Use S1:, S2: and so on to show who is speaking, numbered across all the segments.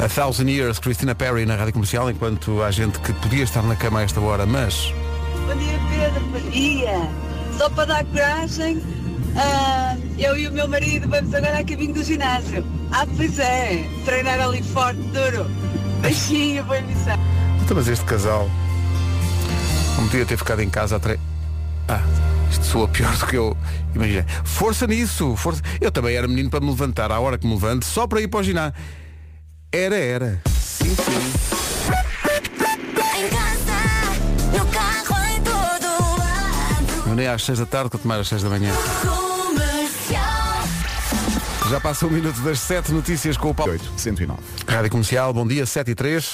S1: A Thousand Years, Christina Perry na Rádio Comercial, enquanto há gente que podia estar na cama a esta hora, mas...
S2: Bom dia, Pedro. Bom dia. Só para dar coragem, ah, eu e o meu marido vamos agora a caminho do ginásio. Ah, pois é. Treinar ali forte, duro. Beijinho, boa emissão.
S1: Então, mas este casal não podia ter ficado em casa a tre... Ah, isto soa pior do que eu imaginei. Força nisso, força. Eu também era menino para me levantar à hora que me levanto, só para ir para o ginásio. Era, era. Sim, sim.
S3: Em casa, no carro, em todo lado.
S1: Eu nem às seis da tarde, quanto mais às seis da manhã.
S3: Comercial.
S1: Já passa um minuto das sete notícias com o Paulo.
S4: 8, 109.
S1: Rádio Comercial, bom dia, 7 e 3.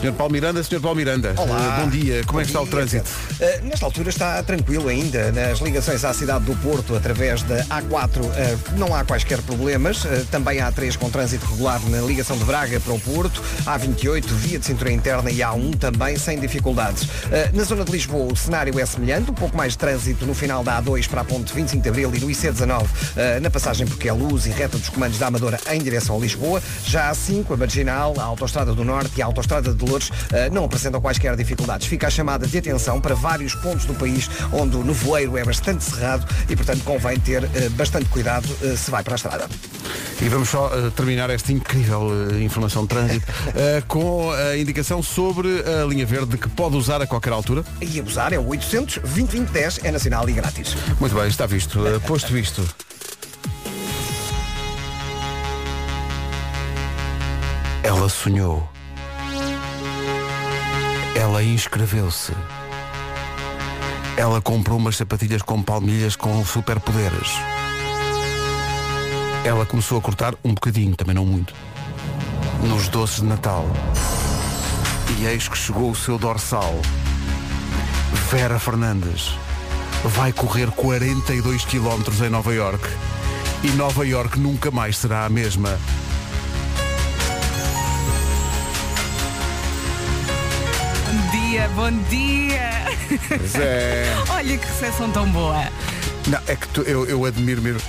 S1: Senhor Paulo Miranda, Senhor Paulo Miranda.
S5: Olá.
S1: Eh, Bom dia, como é que está o
S5: dia,
S1: trânsito?
S5: Pedro. Uh, nesta altura está tranquilo ainda. Nas ligações à cidade do Porto, através da A4, uh, não há quaisquer problemas. Uh, também há A3 com trânsito regular na ligação de Braga para o Porto. A28, via de cintura interna e A1 também sem dificuldades. Uh, na zona de Lisboa, o cenário é semelhante. Um pouco mais de trânsito no final da A2 para a ponte 25 de Abril e no IC19, uh, na passagem porque é luz e reta dos comandos da Amadora em direção a Lisboa. Já a 5, a Marginal, a Autostrada do Norte e a Autostrada de Dolores eh, não apresentam quaisquer dificuldades. Fica a chamada de atenção para vários pontos do país onde o nevoeiro é bastante cerrado e, portanto, convém ter eh, bastante cuidado eh, se vai para a estrada.
S1: E vamos só eh, terminar esta incrível eh, informação de trânsito eh, com a indicação sobre a linha verde que pode usar a qualquer altura.
S5: E abusar é o 800 2010 é nacional e grátis.
S1: Muito bem, está visto. Eh, Posto isto. Ela sonhou. Ela inscreveu-se. Ela comprou umas sapatilhas com palmilhas com superpoderes. Ela começou a cortar um bocadinho, também não muito, nos doces de Natal. E eis que chegou o seu dorsal. Vera Fernandes vai correr 42 quilómetros em Nova York. E Nova York nunca mais será a mesma.
S6: Bom dia, bom dia! Olha que recepção tão boa!
S1: Não, é que tu- eu, eu admiro mesmo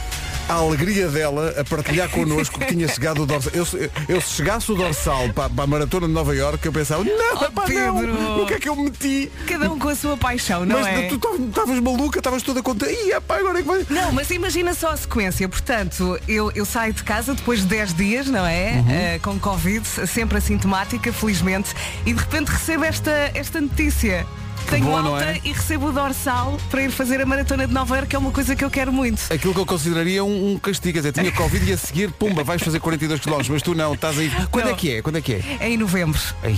S1: a alegria dela a partilhar connosco que tinha chegado o dorsal. Eu, se- eu se chegasse o dorsal para, para a maratona de Nova York, eu pensava, não,
S6: Oh,
S1: epá, não,
S6: Pedro.
S1: o que é que eu meti?
S6: Cada um com a sua paixão, não
S1: Mas
S6: é?
S1: tu tu estavas maluca, estavas toda contente. Ih, epá, agora é que vai.
S6: Não, mas imagina só a sequência. Portanto, eu, eu saio de casa depois de 10 dias, não é?
S1: Uhum.
S6: Ah, com Covid, sempre assintomática, felizmente. E de repente recebo esta, esta notícia. Tenho
S1: bom, não
S6: alta
S1: é?
S6: e recebo o dorsal para ir fazer a maratona de Nova Iorque, que é uma coisa que eu quero muito.
S1: Aquilo que eu consideraria um, um castigo, quer dizer, tinha Covid e a seguir, pumba, vais fazer 42 km, mas tu não, estás aí. Quando
S6: Não.
S1: é que é? Quando é que é?
S6: É em novembro.
S1: Ai,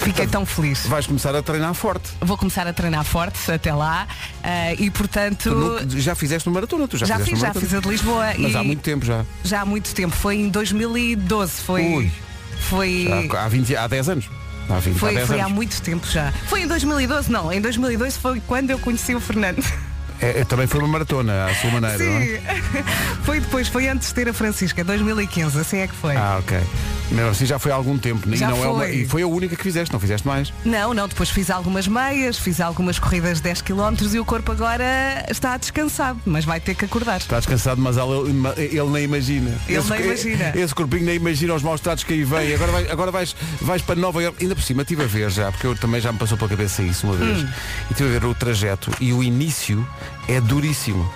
S6: Fiquei tão feliz.
S1: vais começar a treinar forte.
S6: Vou começar a treinar forte até lá. ah, e portanto.
S1: Tu nu- já fizeste uma maratona, tu já,
S6: Já
S1: fizeste
S6: fiz,
S1: uma
S6: já
S1: maratona.
S6: fiz a de Lisboa
S1: Mas
S6: e
S1: há muito tempo já.
S6: já há muito tempo. Foi em 2012, foi.
S1: Ui.
S6: Foi.
S1: Há, há 20, há 10 anos. Há 20, há
S6: Foi,
S1: 10
S6: foi há
S1: anos.
S6: muito tempo já. Foi em 2012, não. Em 2012 foi quando eu conheci o Fernando.
S1: É, é, também foi uma maratona, à sua maneira, não é?
S6: Sim. Foi depois, foi antes de ter a Francisca, 2015, assim é que foi.
S1: Ah, ok. Mesmo assim já foi há algum tempo. e,
S6: Já
S1: não É uma-
S6: foi.
S1: e foi a única que fizeste, não fizeste mais.
S6: Não, não, depois fiz algumas meias, fiz algumas corridas de 10 km e o corpo agora está descansado, mas vai ter que acordar.
S1: Está descansado, mas ele, ele nem imagina.
S6: Ele nem imagina.
S1: Esse corpinho nem imagina os maus tratos que aí vem. Agora, vais, agora vais, vais para Nova Iorque. Ainda por cima, estive a ver já, porque eu também já me passou pela cabeça isso uma vez.
S6: Hum.
S1: E estive a ver o trajeto e o início é duríssimo.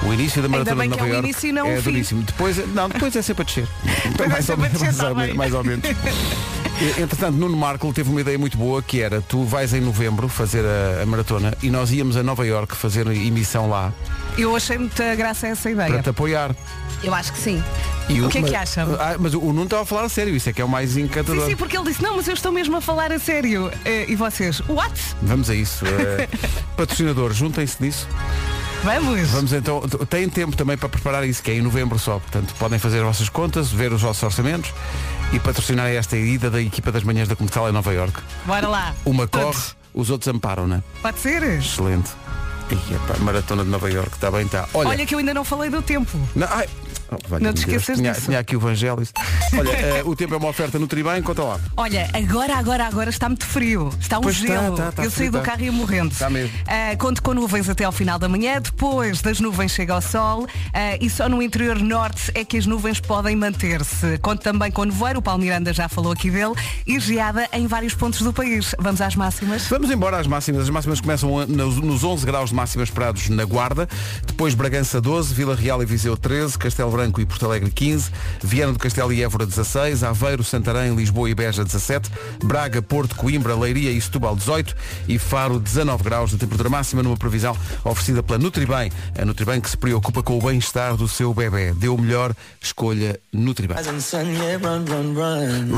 S1: O início da maratona
S6: bem
S1: de
S6: que
S1: Nova
S6: é um
S1: Iorque
S6: início e não um
S1: é
S6: fim.
S1: duríssimo. Depois, não, depois é sempre a descer.
S6: é
S1: mais, ou,
S6: sempre a descer,
S1: mais
S6: tá
S1: ou-
S6: bem.
S1: mais ou menos. E, Entretanto, Nuno Marco teve uma ideia muito boa que era tu vais em novembro fazer a, a maratona e nós íamos a Nova Iorque fazer emissão lá
S6: Eu achei muita graça essa
S1: para
S6: ideia.
S1: te apoiar.
S6: Eu acho que sim.
S1: E
S6: O que é que acham?
S1: Ah, mas o Nuno estava a falar a sério, isso é que é o mais encantador.
S6: Sim, sim, porque ele disse, não, mas eu estou mesmo a falar a sério. Eh, E vocês, what?
S1: Vamos a isso. eh, patrocinador, juntem-se nisso.
S6: Vamos!
S1: Vamos então, t- têm tempo também para preparar isso, que é em novembro só. Portanto, podem fazer as vossas contas, ver os vossos orçamentos e patrocinar esta ida da equipa das manhãs da Comercial em Nova Iorque.
S6: Bora lá.
S1: Uma
S6: Todos.
S1: corre, os outros amparam, né?
S6: Pode ser?
S1: Excelente. E, epá, maratona de Nova Iorque, está bem, está. Olha,
S6: Olha que eu ainda não falei do tempo.
S1: Não, ai, Oh, valha-me
S6: Não te
S1: Deus.
S6: esqueças
S1: tinha,
S6: disso.
S1: tinha aqui o Vangelis. Olha, eh, o tempo é uma oferta Nutribem, conta lá.
S6: Olha, agora, agora, agora está muito frio. Está um
S1: Pois está,
S6: gelo.
S1: está, está
S6: Eu
S1: frio,
S6: saí do
S1: está.
S6: carro e ia morrendo.
S1: Está mesmo.
S6: Ah, conto com nuvens até ao final da manhã, depois das nuvens chega ao sol ah, e só no interior norte é que as nuvens podem manter-se. Conto também com nevoeiro, o Paulo Miranda já falou aqui dele, e geada em vários pontos do país. Vamos às máximas?
S1: Vamos embora às máximas. As máximas começam a- nos nos 11 graus de máxima esperados na Guarda, depois Bragança 12, Vila Real e Viseu 13, Castelo Branco e Porto Alegre 15, Viana do Castelo e Évora 16, Aveiro, Santarém, Lisboa e Beja 17, Braga, Porto, Coimbra, Leiria e Setúbal 18 e Faro 19 graus de temperatura máxima numa previsão oferecida pela Nutribem. A Nutribem que se preocupa com o bem-estar do seu bebê. Deu o melhor, escolha Nutribem.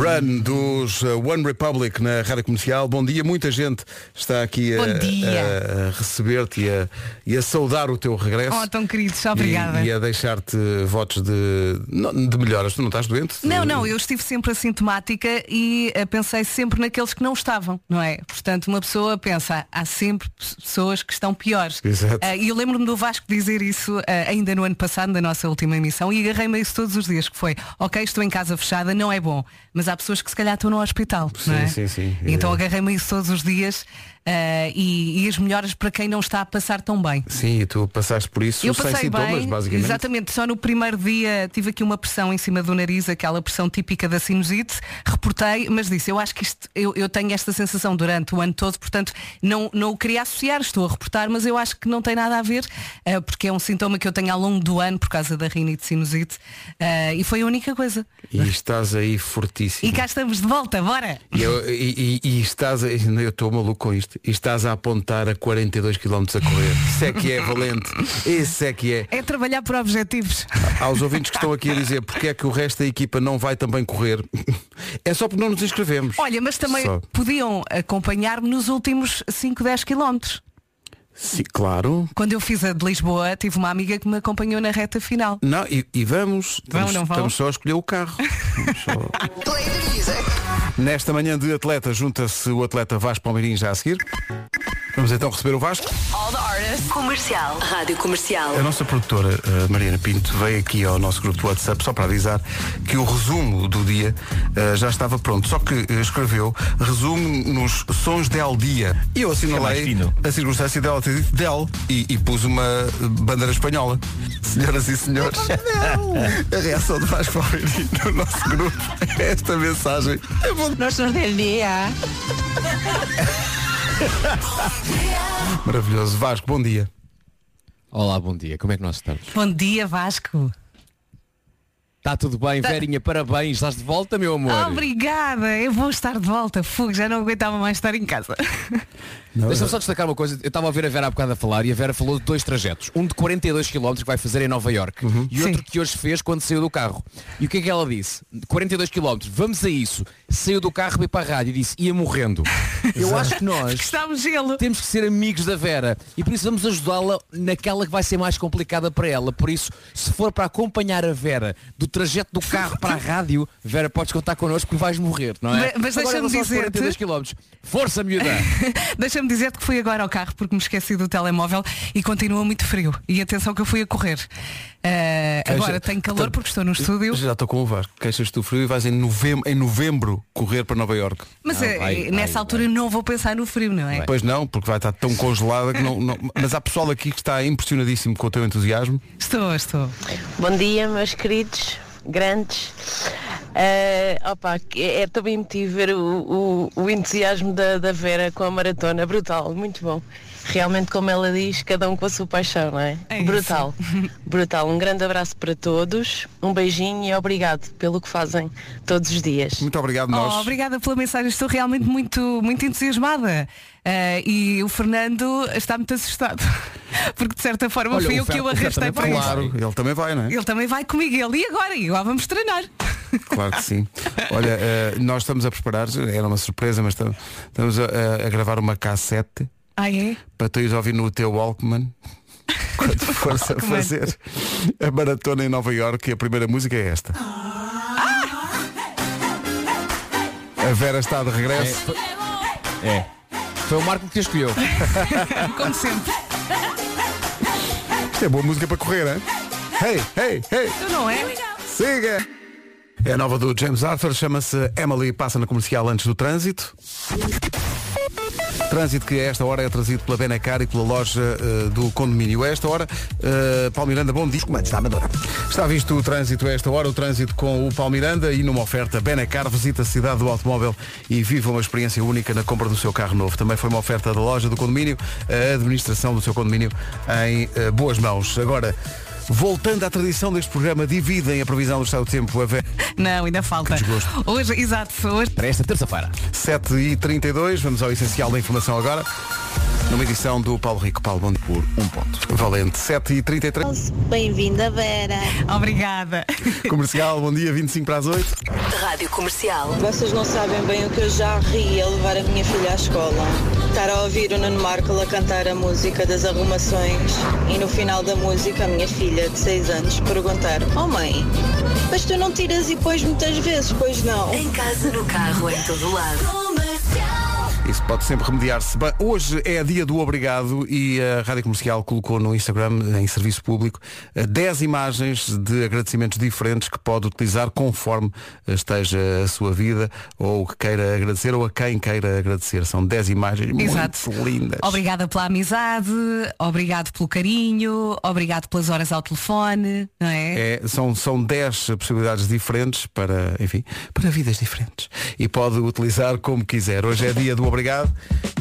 S1: Run dos uh, One Republic na Rádio Comercial. Bom dia, muita gente está aqui a,
S6: Bom dia.
S1: a- a receber-te e a, e a saudar o teu regresso.
S6: Oh, tão queridos,
S1: E-
S6: obrigada.
S1: E, a deixar-te votos de, não, de melhoras. Tu não estás doente?
S6: Não, não, eu estive sempre assintomática e eh, pensei sempre naqueles que não estavam, não é? Portanto, uma pessoa pensa, há sempre pe- pessoas que estão piores.
S1: Exato.
S6: Ah, e eu lembro-me do Vasco dizer isso ah, ainda no ano passado, na nossa última emissão, e agarrei-me a isso todos os dias, que foi, ok, estou em casa fechada, não é bom, mas há pessoas que se calhar estão no hospital, não
S1: Sim,
S6: é?
S1: sim, sim.
S6: Então
S1: É.
S6: agarrei-me a isso todos os dias ah, e, e as melhoras para quem não está a passar tão bem.
S1: Sim, e tu passaste por isso
S6: Eu
S1: sem
S6: passei
S1: sintomas,
S6: bem,
S1: basicamente.
S6: exatamente, só no primeiro dia tive aqui uma pressão em cima do nariz, aquela pressão típica da sinusite, reportei, mas disse, eu acho que isto, eu, eu tenho esta sensação durante o ano todo, portanto não, não o queria associar, estou a reportar, mas eu acho que não tem nada a ver, eh, porque é um sintoma que eu tenho ao longo do ano por causa da rinite sinusite, eh, e foi a única coisa.
S1: E estás aí fortíssimo.
S6: E cá estamos de volta, bora!
S1: E, eu- e- e- e estás a, eu estou maluco com isto. E estás a apontar a 42 km a correr. Isso é que é valente. Isso é que é.
S6: É trabalhar por objetivos.
S1: Aos ouvintes que estão aqui a dizer porque é que o resto da equipa não vai também correr, é só porque não nos inscrevemos.
S6: Olha, mas também
S1: Só.
S6: podiam acompanhar-me nos últimos 5, 10 quilómetros.
S1: Sim, claro.
S6: Quando eu fiz a de Lisboa, tive uma amiga que me acompanhou na reta final.
S1: Não, e, e vamos,
S6: Vão,
S1: estamos,
S6: não vão?
S1: estamos só a escolher o carro. Vamos só- Nesta manhã de atleta junta-se o atleta Vasco Palmeirinho já a seguir. Vamos então receber o Vasco.
S7: Comercial. Rádio Comercial.
S1: A nossa produtora eh, Mariana Pinto veio aqui ao nosso grupo de WhatsApp só para avisar que o resumo do dia eh, já estava pronto. Só que eh, escreveu resumo nos sons del dia. E eu
S2: mais
S1: assinalei
S2: fino.
S1: a circunstância dela ter dito del e, e pus uma eh, bandeira espanhola. Senhoras e senhores, a reação de Vasco Palmeirinho no nosso grupo é esta mensagem. É bom.
S8: Nós somos del dia.
S1: Maravilhoso. Vasco, bom dia.
S5: Olá, bom dia. Como é que nós estamos?
S6: Bom dia, Vasco.
S5: Está tudo bem, Verinha? Parabéns. Estás de volta, meu amor.
S6: Ah, Obrigada, eu vou estar de volta. Fogo, já não aguentava mais estar em casa.
S5: Deixa-me só destacar uma coisa. Eu estava a ouvir a Vera há bocado a falar e a Vera falou de dois trajetos. Um de 42 km que vai fazer em Nova York e outro
S6: Sim.
S5: que hoje fez quando saiu do carro. E o que é que ela disse? 42 km, vamos a isso. Saiu do carro, veio para a rádio e disse, ia morrendo. Eu acho que nós
S6: Está um gelo.
S5: temos que ser amigos da Vera e por isso vamos ajudá-la naquela que vai ser mais complicada para ela. Por isso, se for para acompanhar a Vera do trajeto do carro para a rádio, Vera, podes contar connosco porque vais morrer, não é?
S6: Mas- mas
S5: Agora,
S6: deixa-me
S5: em relação aos
S6: dizer-te-
S5: 42 quilómetros. Força, miúda!
S6: Deixa-me dizer-te que fui agora ao carro porque me esqueci do telemóvel e continua muito frio. E atenção que eu fui a correr. Ah, agora
S1: Queixa-
S6: tenho calor
S1: portanto,
S6: porque estou no estúdio.
S1: Já estou com o Vasco. Queixas-te do frio e vais em novembro, em novembro correr para Nova Iorque.
S6: Mas
S5: Ah,
S6: eh,
S5: vai,
S6: nessa
S5: vai,
S6: altura não vou pensar no frio, não é?
S1: Pois não, porque vai estar tão congelada que não, não- Mas há pessoal aqui que está impressionadíssimo com o teu entusiasmo.
S6: Estou, estou.
S9: Bom dia, meus queridos, grandes. Ah, opa, que- é tão bem emotivo ver o, o- o entusiasmo da, da Vera com a maratona. Brutal, muito bom. Realmente, como ela diz, cada um com a sua paixão, não é?
S6: É isso.
S9: Brutal, brutal. Um grande abraço para todos, um beijinho e obrigado pelo que fazem todos os dias.
S1: Muito obrigado nós.
S6: Oh, obrigada pela mensagem, estou realmente muito, muito entusiasmada. Ah, e o Fernando está muito assustado. Porque de certa forma
S5: Olha,
S6: fui
S5: o
S6: eu que
S5: Fer-
S6: o
S5: o Fer
S6: arrastei
S5: também
S6: para
S5: foi
S6: isso.
S5: lá.
S1: Claro, ele também vai, não é?
S6: Ele também vai comigo, ele e agora? E lá vamos treinar.
S1: Claro que sim. Olha, eh, nós estamos a preparar, era uma surpresa, mas tam- estamos a, a- a gravar uma cassete
S6: Ah, é?
S1: para tu ires ouvir no teu Walkman. Quando fores a
S6: Walkman.
S1: fazer a maratona em Nova Iorque e a primeira música é esta. A Vera está de regresso.
S5: É. Foi o Marco que te escolheu.
S6: Como sempre.
S1: Isto é boa música para correr, hein? hey, hey, hey.
S6: Tu não é?
S1: Siga! É a nova do James Arthur, chama-se Emily, passa na comercial antes do trânsito. Trânsito que a esta hora é trazido pela Benacar e pela loja eh, do condomínio. A esta hora, eh, Paulo Miranda, bom dia.
S10: Comandos da Amadora.
S1: Está visto o trânsito a esta hora, o trânsito com o Paulo Miranda e numa oferta Benacar, visita a cidade do automóvel e viva uma experiência única na compra do seu carro novo. Também foi uma oferta da loja do condomínio, a administração do seu condomínio em eh, boas mãos. Agora, voltando à tradição deste programa, dividem a previsão do estado do tempo a ver
S6: Não, ainda falta.
S1: Que desgosto.
S6: Hoje, exato, hoje.
S5: Para esta é terça-feira.
S1: 7 e 32 vamos ao essencial da informação agora. Numa edição do Paulo Rico Paulo Bando por um ponto. Valente, 7 e 33
S2: Bem-vinda, Vera.
S6: Obrigada.
S1: Comercial, bom dia, 25 para as 8.
S7: Rádio Comercial.
S2: Vocês não sabem bem o que eu já ri a levar a minha filha à escola. Estar a ouvir o Nuno Marco a cantar a música das arrumações e no final da música a minha filha de 6 anos perguntar Oh mãe, mas tu não tiras e pões muitas vezes, pois não?
S7: Em casa, no carro, em todo lado.
S1: Isso pode sempre remediar-se. Bem, Hoje é dia do obrigado e a Rádio Comercial colocou no Instagram, em serviço público, eh, 10 imagens de agradecimentos diferentes que pode utilizar conforme eh, esteja a sua vida ou o que queira agradecer ou a quem queira agradecer. São 10 imagens
S6: Exato.
S1: muito lindas.
S6: Obrigada pela amizade, obrigado pelo carinho, obrigado pelas horas ao telefone, não é?
S1: É, são, são 10 possibilidades diferentes para, enfim, para vidas diferentes. E pode utilizar como quiser. Hoje é dia do obrigado,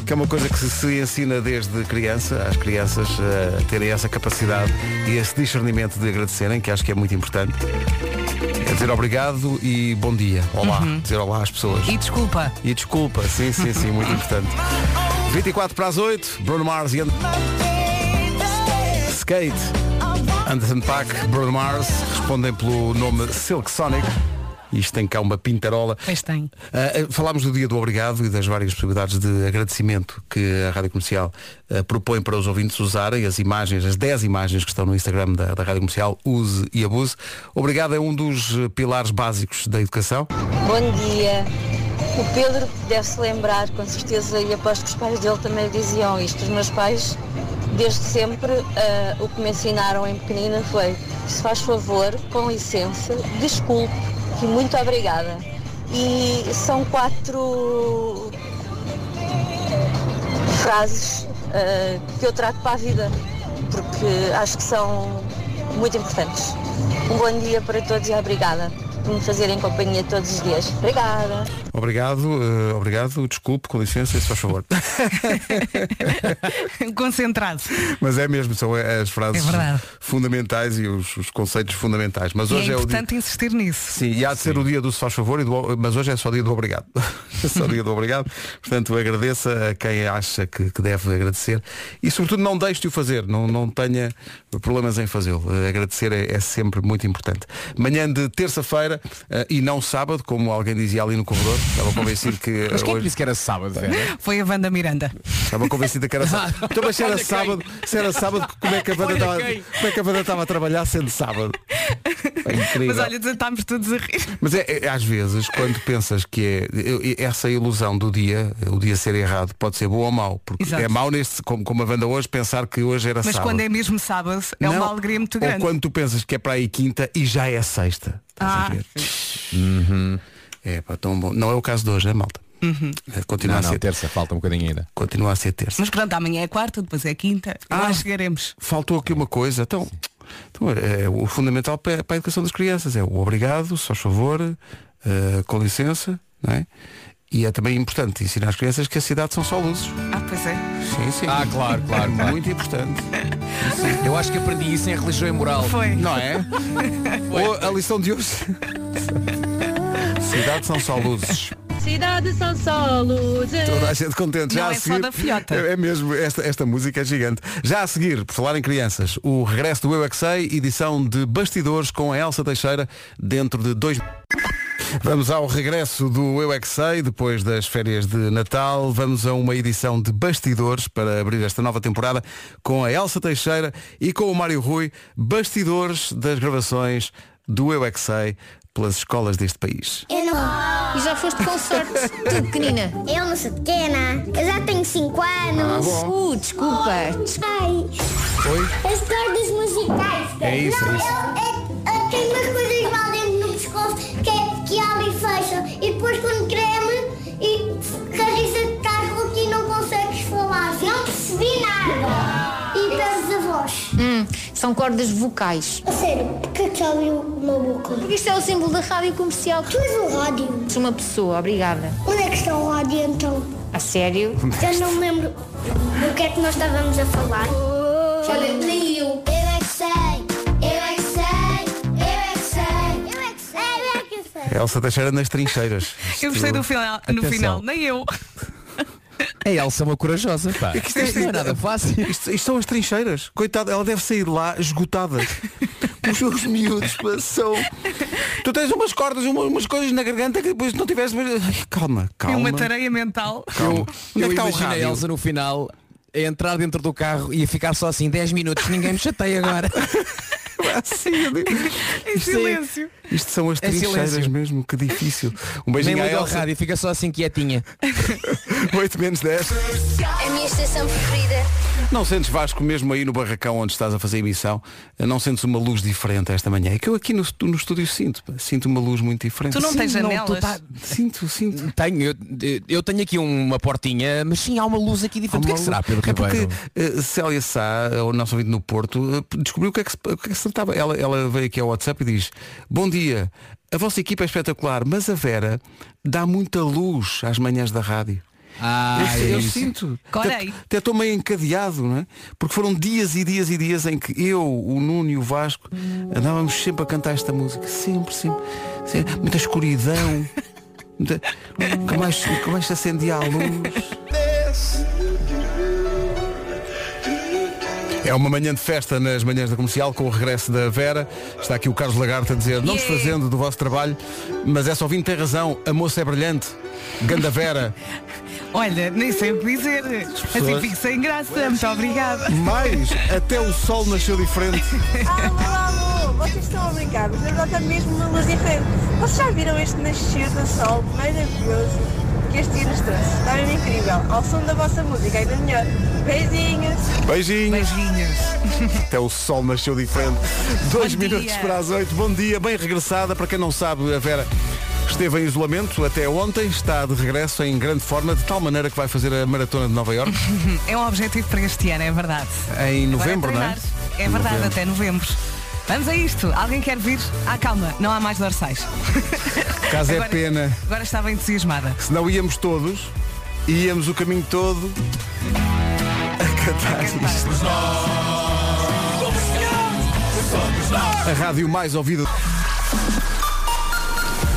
S1: que é uma coisa que se, se ensina desde criança, às crianças a terem essa capacidade e esse discernimento de agradecerem, que acho que é muito importante. É dizer obrigado e bom dia. Olá. Dizer olá às pessoas.
S6: E desculpa,
S1: E desculpa, sim, sim, sim, muito importante. 24 para as 8, Bruno Mars e And... Skate. Anderson Pack, Bruno Mars, respondem pelo nome Silk Sonic. Isto tem cá uma pintarola.
S6: pois tem.
S1: Ah, ah, falámos do dia do obrigado e das várias possibilidades de agradecimento que a Rádio Comercial ah, propõe para os ouvintes usarem. As imagens, as 10 imagens que estão no Instagram da, da Rádio Comercial, use e abuse. Obrigado é um dos eh, pilares básicos da educação.
S2: Bom dia. O Pedro deve se lembrar, com certeza, e aposto que os pais dele também lhe diziam isto. Os meus pais, desde sempre, ah, o que me ensinaram em pequenina foi: se faz favor, com licença, desculpe e muito obrigada. E são quatro frases ah, que eu trago para a vida, porque acho que são muito importantes. Um bom dia para todos e obrigada por me fazerem companhia todos os dias. Obrigada.
S1: Obrigado, eh, obrigado, desculpe, com licença, se faz favor.
S6: Concentrado.
S1: Mas é mesmo, são as frases
S6: É verdade.
S1: fundamentais e os, os conceitos fundamentais. Mas
S6: E é
S1: hoje é, o dia.
S6: importante insistir nisso.
S1: Sim, e há de ser o dia do se faz favor, e do- mas hoje é só dia do obrigado. É só dia do obrigado. Portanto, agradeça a quem acha que, que deve agradecer e sobretudo não deixe de o fazer, não, não tenha problemas em fazê-lo. Eh, Agradecer é, é sempre muito importante. Manhã de terça-feira eh, e não sábado, como alguém dizia ali no corredor, estava convencido que.
S5: Mas quem é que
S1: hoje-
S5: disse que era sábado, Vera?
S6: Foi a Wanda Miranda.
S1: Estava convencida que era sábado. Então, mas se era
S5: Olha quem.
S1: sábado, se era sábado, como é que a banda
S5: Olha
S1: estava,
S5: quem.
S1: como é que a banda estava a trabalhar sendo sábado? É incrível.
S6: Mas olha, estamos todos a rir.
S1: Mas é, é- às vezes, quando pensas que é eu- eu- essa ilusão do dia, o dia ser errado, pode ser bom ou mau, porque
S6: Exato.
S1: é mau neste, como, como a banda hoje, pensar que hoje era
S6: Mas
S1: sábado.
S6: quando é mesmo sábado, é
S1: Não,
S6: uma alegria muito
S1: Ou
S6: grande.
S1: quando tu pensas que é para aí quinta e já é sexta. Estás a
S6: Ah.
S1: ver? Uhum. É pá, tão bom. Não é o caso de hoje, é malta.
S6: Uhum.
S1: É, Continua,
S5: Não,
S1: a
S5: não,
S1: ser,
S5: terça, falta um bocadinho ainda.
S1: continua a ser terça.
S6: Mas pronto, amanhã é quarta, depois é quinta.
S1: Ah.
S6: Lá chegaremos.
S1: faltou aqui uma coisa. Então, então, é, o fundamental para, para a educação das crianças é o obrigado, só favor, eh, com licença, não é? E é também importante ensinar às crianças que a cidade são só luzes.
S6: Ah, pois é.
S1: Sim, sim.
S5: Ah, claro, claro, claro.
S1: Muito importante.
S5: Eu acho que aprendi isso em religião e moral.
S6: Foi.
S1: Não é? Ou a lição de hoje. cidade são só luzes.
S2: Cidade são só luzes.
S1: Toda a gente contente. Já
S6: Não
S1: a
S6: é só
S1: seguir,
S6: da fiota.
S1: É, é mesmo, esta, esta música é gigante. Já a seguir, por falar em crianças, o regresso do Eu é Que Sei, edição de Bastidores com a Elsa Teixeira, dentro de dois Vamos ao regresso do Eu é Que Sei, depois das férias de Natal. Vamos a uma edição de Bastidores para abrir esta nova temporada com a Elsa Teixeira e com o Mário Rui, Bastidores das gravações do Eu é Que Sei pelas escolas deste país.
S3: Eu não.
S11: E já foste com sorte. tu, pequenina.
S3: Eu não sou pequena. Eu já tenho 5 anos.
S1: Ah,
S11: Uh, desculpa.
S3: Ai. Oi? As cordas musicais.
S1: É isso,
S3: não,
S1: é isso.
S3: Eu, eu, eu tenho umas coisas lá dentro no pescoço que, é- que abre e fecha. E depois quando creme e carriça de carro aqui não consegues falar. Não percebi nada. E perdes a voz.
S11: Hum, são cordas vocais.
S3: A sério, porque que abriu uma boca?
S11: Porque isto é o símbolo da rádio comercial.
S3: Tu és é o rádio.
S11: Sou uma pessoa, obrigada.
S3: Onde é que está o rádio então?
S11: A sério?
S3: Eu não me lembro do que é que nós estávamos a falar. Olha, nem eu. Eu é que sei, eu é que sei, eu é que sei, eu é que sei, eu é que sei.
S1: Elsa Teixeira nas trincheiras.
S6: Eu gostei do final, no
S5: Atenção.
S6: final, nem eu.
S5: A Elsa é uma corajosa, pá.
S1: que isto é-
S5: Isto não é nada fácil.
S1: Isto, isto são as trincheiras. Coitada, ela deve sair de lá esgotada. Os seus miúdos pá, são. Tu tens umas cordas, uma- umas coisas na garganta que depois não tiveste. Ai, Calma,
S6: E
S1: calma.
S6: uma tareia mental.
S1: calma. Onde é que
S5: Eu
S1: está o
S5: imagino a
S1: rádio?
S5: Elsa no final a entrar dentro do carro e a ficar só assim 10 minutos, ninguém me chateia agora.
S1: Assim, eu digo,
S6: Em
S5: Isto é-
S6: silêncio.
S1: isto são as
S5: É silêncio.
S1: trincheiras mesmo, que difícil. Um
S5: Nem
S1: beijinho à
S5: liga ao
S1: Elsa.
S5: rádio, fica só assim quietinha.
S1: 8 menos 10.
S3: A minha estação preferida.
S1: Não sentes Vasco mesmo aí no barracão onde estás a fazer emissão, não sentes uma luz diferente esta manhã? É que eu aqui no, no estúdio sinto, pá. sinto uma luz muito diferente.
S6: Tu não tens janelas?
S1: Sinto, sinto.
S5: Tenho, eu, eu tenho aqui uma portinha, mas sim há uma luz aqui diferente. O que é que será, Pedro
S1: é porque
S5: Ribeiro?
S1: eh, Célia Sá, o nosso ouvinte no Porto, eh, descobriu o que é que se, o que é que se tratava. Ela, ela veio aqui ao WhatsApp e diz, bom dia, a vossa equipa é espetacular, mas a Vera dá muita luz às manhãs da rádio.
S5: Ah,
S1: eu
S5: é
S1: eu
S5: isso.
S1: sinto.
S6: Corei.
S1: Até- Até estou meio encadeado, não é? Porque foram dias e dias e dias em que eu, o Nuno e o Vasco andávamos sempre a cantar esta música. Sempre, sempre. sempre. Muita escuridão. Muita... Que, mais, que mais se acendia a luz. É uma manhã de festa nas manhãs da comercial com o regresso da Vera. Está aqui o Carlos Lagarto a dizer, não desfazendo do vosso trabalho, mas é só ouvinte tem razão, a moça é brilhante. Ganda Vera.
S6: Olha, nem sei o que dizer. Assim fico sem graça. Muito obrigada.
S1: Mas até o sol nasceu diferente.
S8: Alô, alô, vocês estão a brincar, mas na verdade há mesmo uma luz diferente. Vocês já viram este nascer do sol maravilhoso que este dia nos trouxe? Está mesmo incrível. Ao som da vossa música, ainda melhor. Beijinhos!
S1: Beijinhos.
S6: Beijinhos.
S1: Até o sol nasceu diferente. Dois
S6: Bom
S1: minutos
S6: dia.
S1: para as oito. Bom dia, bem regressada. Para quem não sabe, a Vera esteve em isolamento até ontem. Está de regresso em grande forma, de tal maneira que vai fazer a maratona de Nova Iorque
S6: É um objetivo para este ano, é verdade.
S1: em
S6: Agora
S1: novembro, não é?
S6: treinar. É verdade,
S1: Novembro.
S6: até novembro. Vamos a isto. Alguém quer vir? Ah, calma, não há mais dorsais.
S1: Caso é
S6: Agora-
S1: pena.
S6: Agora estava entusiasmada.
S1: Senão íamos todos, íamos o caminho todo a cantar isto. A rádio mais ouvida.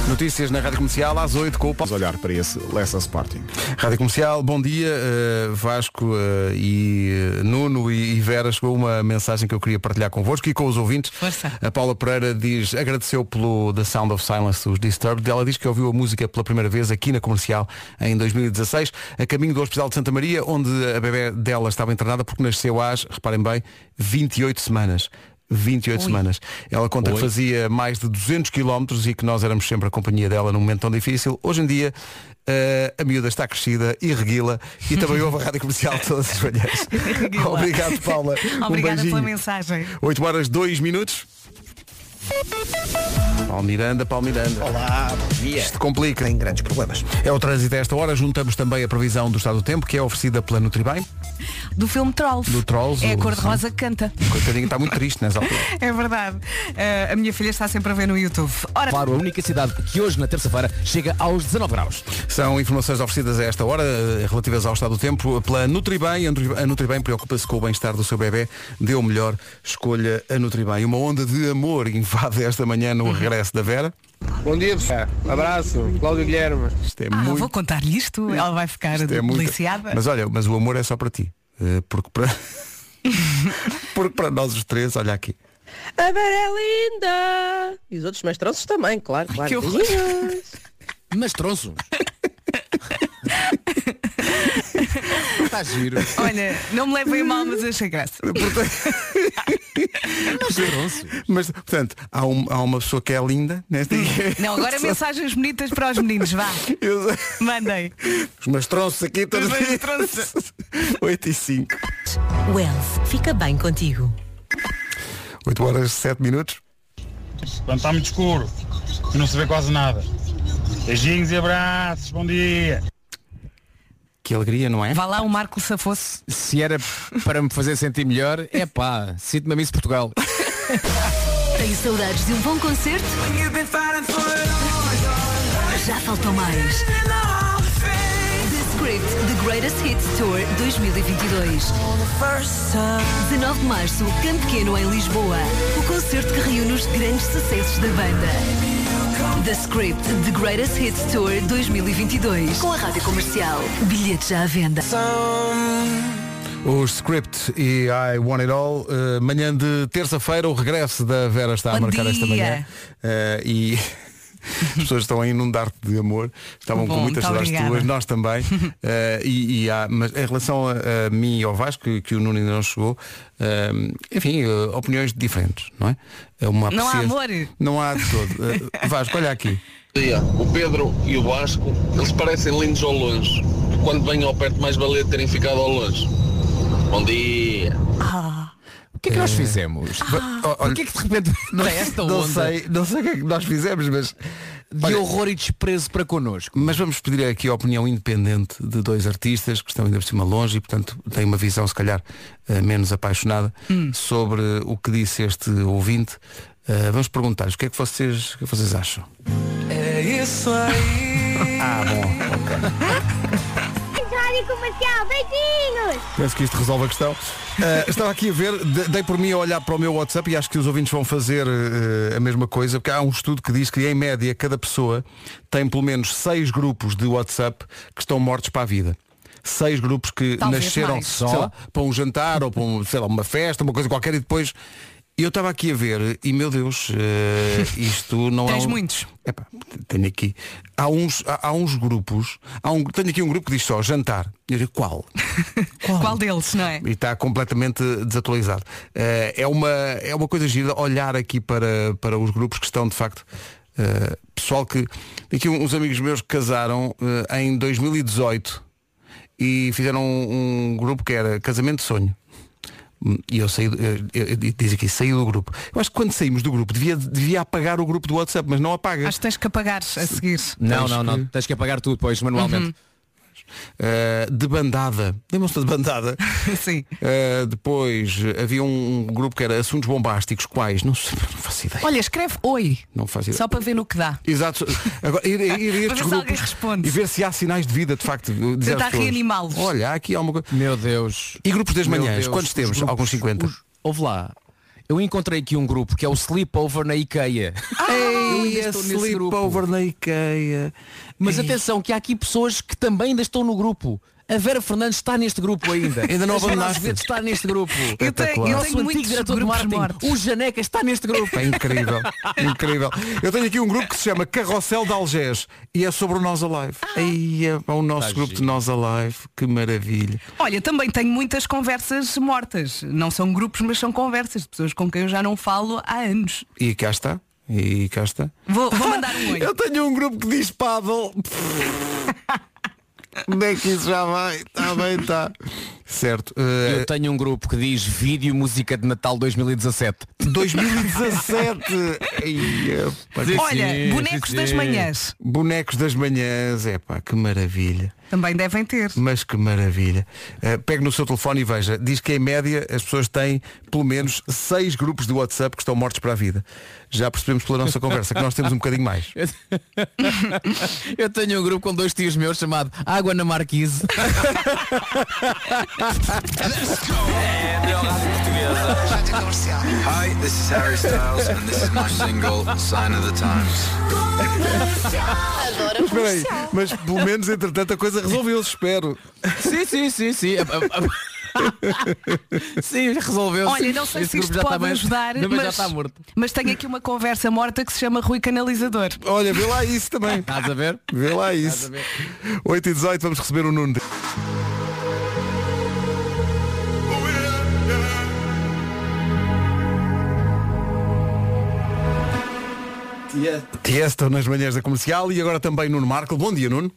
S1: Notícias na Rádio Comercial às 8 com o Paulo.
S12: olhar para esse Leicester Sporting.
S1: Rádio Comercial, bom dia. eh, Vasco eh, e eh, Nuno e, e Vera chegou uma mensagem que eu queria partilhar convosco e com os ouvintes.
S6: Força.
S1: A Paula Pereira diz, agradeceu pelo The Sound of Silence dos Disturbed. Ela diz que ouviu a música pela primeira vez aqui na comercial em 2016, a caminho do Hospital de Santa Maria, onde a bebê dela estava internada porque nasceu às, reparem bem, 28 semanas. 28 semanas. Ela conta que fazia mais de 200 quilómetros e que nós éramos sempre a companhia dela num momento tão difícil. Hoje em dia, eh, a miúda está crescida e reguila e também ouve a rádio comercial todas as manhãs.
S6: Reguila.
S1: Obrigado, Paula. Um
S6: Obrigada
S1: beijinho.
S6: pela mensagem.
S1: 8 horas 2 minutos. Paulo Miranda, Paulo Miranda.
S10: Olá, bom dia.
S1: Isto complica.
S10: Tem grandes problemas.
S1: É o trânsito a esta hora. Juntamos também a previsão do estado do tempo, que é oferecida pela Nutribem.
S6: Do filme Trolls.
S1: Do Trolls,
S6: É a
S1: o-
S6: cor de rosa que canta.
S1: Coitadinho, está tá muito triste né, nessa altura.
S6: É verdade. Eh, a minha filha está sempre a ver no YouTube. Ora,
S5: Claro, a única cidade que hoje, na terça-feira, chega aos 19 graus.
S1: São informações oferecidas a esta hora, eh, relativas ao estado do tempo, pela Nutribem. A Nutri- A Nutribem preocupa-se com o bem-estar do seu bebê. Dê o melhor, escolha a Nutribem. Uma onda de amor invade esta manhã no regresso da Vera.
S13: Bom dia, pessoal. Abraço, Cláudio Guilherme.
S1: Isto é
S6: ah,
S1: muito
S6: vou contar-lhe isto. Ela vai ficar
S1: Isto é muito-
S6: deliciada.
S1: Mas olha, mas o amor é só para ti. Eh, Porque para. Porque para nós os três, olha aqui.
S9: A Vera é linda! E os outros mestranços também, claro, claro.
S6: que horror.
S9: Beijinhos.
S5: Mas tronços. Está giro.
S6: Olha, não me levem a mal, mas achei graça.
S1: Portanto, Mas, portanto, há, um- há uma pessoa que é linda nesta
S6: Hum. Não, agora mensagens bonitas para os meninos, vá. Mandem.
S1: Os meus tronços aqui todos.
S6: Os meus tronços.
S1: 8 e 5.
S2: Wealth fica bem contigo.
S1: 8 horas 7 minutos.
S14: Quando está muito escuro e não se vê quase nada. Beijinhos e abraços, bom dia.
S1: Que alegria, não é?
S6: Vá lá o Marco Safosse.
S15: Se era para me fazer sentir melhor, é pá, sinto-me a Miss Portugal.
S2: Tenho saudades de um bom concerto? Já faltou mais. The Script, The Greatest Hits Tour 2022. 19 de março, Campo Pequeno em Lisboa. O concerto que reúne os grandes sucessos da banda. The Script, The Greatest Hits Tour 2022. Com a rádio comercial. Bilhetes já à venda.
S1: Os script e I Want It All. eh, manhã de terça-feira, o regresso da Vera está a
S6: Bom
S1: marcar esta
S6: dia.
S1: manhã. Eh, e as pessoas estão a inundar-te de amor. Estavam com
S6: Bom,
S1: muitas saudades
S6: muito obrigada.
S1: tuas, nós também. Eh, e, e há- mas em relação a, a mim e ao Vasco, que, que o Nuno ainda não chegou, eh, enfim, eh, opiniões diferentes, não é? É Uma
S6: Não há
S1: aprecia-
S6: amor?
S1: Não há de todo. Eh, Vasco, olha aqui.
S16: O Pedro e o Vasco, eles parecem lindos ao longe. Quando vêm ao perto, mais valia terem ficado ao longe. Bom dia.
S1: O que é que nós fizemos? o que é que de repente não,
S15: é esta
S1: não
S15: onda?
S1: sei, não sei o que é que nós fizemos, mas de horror e desprezo para connosco. Mas vamos pedir aqui a opinião independente de dois artistas que estão ainda por cima longe e portanto têm uma visão se calhar eh, menos apaixonada sobre o que disse este ouvinte. Eh, vamos perguntar-lhes o que é que vocês, o que é que vocês acham?
S5: É isso aí.
S1: Ah, bom, ok.
S3: Rádio Comercial, beijinhos!
S1: Penso que isto resolve a questão. Eh, estava aqui a ver, de- dei por mim a olhar para o meu WhatsApp e acho que os ouvintes vão fazer eh, a mesma coisa, porque há um estudo que diz que em média cada pessoa tem pelo menos seis grupos de WhatsApp que estão mortos para a vida. Seis grupos que
S15: Talvez
S1: nasceram
S15: mais.
S1: sei
S15: Só?
S1: lá, para um jantar ou para um, sei lá, uma festa, uma coisa qualquer e depois. Eu estava aqui a ver e meu Deus, eh, isto não é.
S6: Tens
S1: um-
S6: muitos.
S1: Epá, tenho aqui. Há uns, há, há uns grupos. Há um, tenho aqui um grupo que diz só jantar. E eu digo, qual?
S6: Qual? deles, não é?
S1: E está completamente desatualizado. Eh, É uma, é uma coisa gira olhar aqui para, para os grupos que estão, de facto, eh, pessoal que. Aqui um, uns amigos meus que casaram eh, em 2018 e fizeram um, um grupo que era Casamento de Sonho. Hum, E eu saí, do- eu- eu- eu- diz aqui, saí do grupo. Eu acho que quando saímos do grupo devia, devia apagar o grupo do WhatsApp, mas não apaga.
S6: Acho que tens que apagar a seguir.
S15: Não, não, não. Tens que apagar tudo, pois, manualmente.
S1: Uh, de bandada. Lembram-se de bandada?
S6: Sim.
S1: depois uh, havia um, um grupo que era Assuntos Bombásticos, quais? Não sei, não faço ideia.
S6: Olha, escreve oi.
S1: Não faço ideia.
S6: Só para ver no que dá.
S1: Exato. Agora, ir, ir, ir a
S6: Para ver
S1: estes
S6: se alguém
S1: grupos
S6: responde.
S1: e ver se há sinais de vida, de facto. dizer às
S6: Tentar
S1: pessoas,
S6: reanimá-los.
S1: Olha, há aqui alguma coisa.
S15: Meu Deus.
S1: E grupos das
S15: Meu
S1: manhãs?
S15: Deus,
S1: Quantos
S15: os
S1: temos?
S15: grupos,
S1: Alguns 50.
S15: os- Ouve lá. Eu encontrei aqui um grupo que é o Sleepover na IKEA. Ah, Eu ainda
S1: Ei,
S15: estou nesse
S1: Ah, é sleepover na IKEA.
S15: Mas atenção, que há aqui pessoas que também ainda estão no grupo. A Vera Fernandes está neste grupo ainda.
S1: Ainda não
S15: A Vera
S1: abandonaste.
S15: Azevedo está neste grupo.
S1: Eu tenho- eu
S15: o
S1: tenho
S15: nosso um antigo
S6: muitos
S15: diretor de
S6: grupos
S15: marketing,
S6: mortos.
S15: o Janeca, está neste grupo.
S1: É incrível, incrível. Eu tenho aqui um grupo que se chama Carrossel de Algés e é sobre o Nós Alive.
S6: Ah.
S1: Aí é o nosso grupo de Nós Alive, que maravilha.
S6: Olha, também tenho muitas conversas mortas. Não são grupos, mas são conversas de pessoas com quem eu já não falo há anos.
S1: E cá está, e cá está.
S6: Vou, vou mandar um oi.
S1: Eu tenho um grupo que diz paddle. Onde é que isso já vai? Está bem, tá. está. Certo. Eh,
S15: Eu tenho um grupo que diz Vídeo Música de Natal 2017.
S1: 2017. Ai, epá, que-
S6: Olha, bonecos das manhãs.
S1: Bonecos das manhãs, é pá, que maravilha.
S6: Também devem ter.
S1: Mas que maravilha. Eh, pegue no seu telefone e veja. Diz que em média as pessoas têm pelo menos seis grupos de WhatsApp que estão mortos para a vida. Já percebemos pela nossa conversa que nós temos um bocadinho mais.
S15: Eu tenho um grupo com dois tios meus chamado Água na Marquise.
S5: É a melhor rádio portuguesa. Rádio comercial. Hi, this is Harry Styles and this is my single Sign of the
S10: Tá.
S5: Times.
S1: Mas espera aí, mas pelo menos entretanto a coisa resolveu-se, espero.
S15: Sim, sim, sim, sim. É, Sim, resolveu.
S6: Olha, não sei se
S15: tá
S6: isto pode ajudar,
S15: já
S6: mas,
S15: está morto.
S6: mas tenho aqui uma conversa morta que se chama Rui Canalizador.
S1: Olha, vê lá isso também.
S15: Estás a ver?
S1: Vê lá isso. 8 e 18 vamos receber o Nuno. Tiesto nas manhãs da comercial e agora também Nuno Marco. Bom dia, Nuno.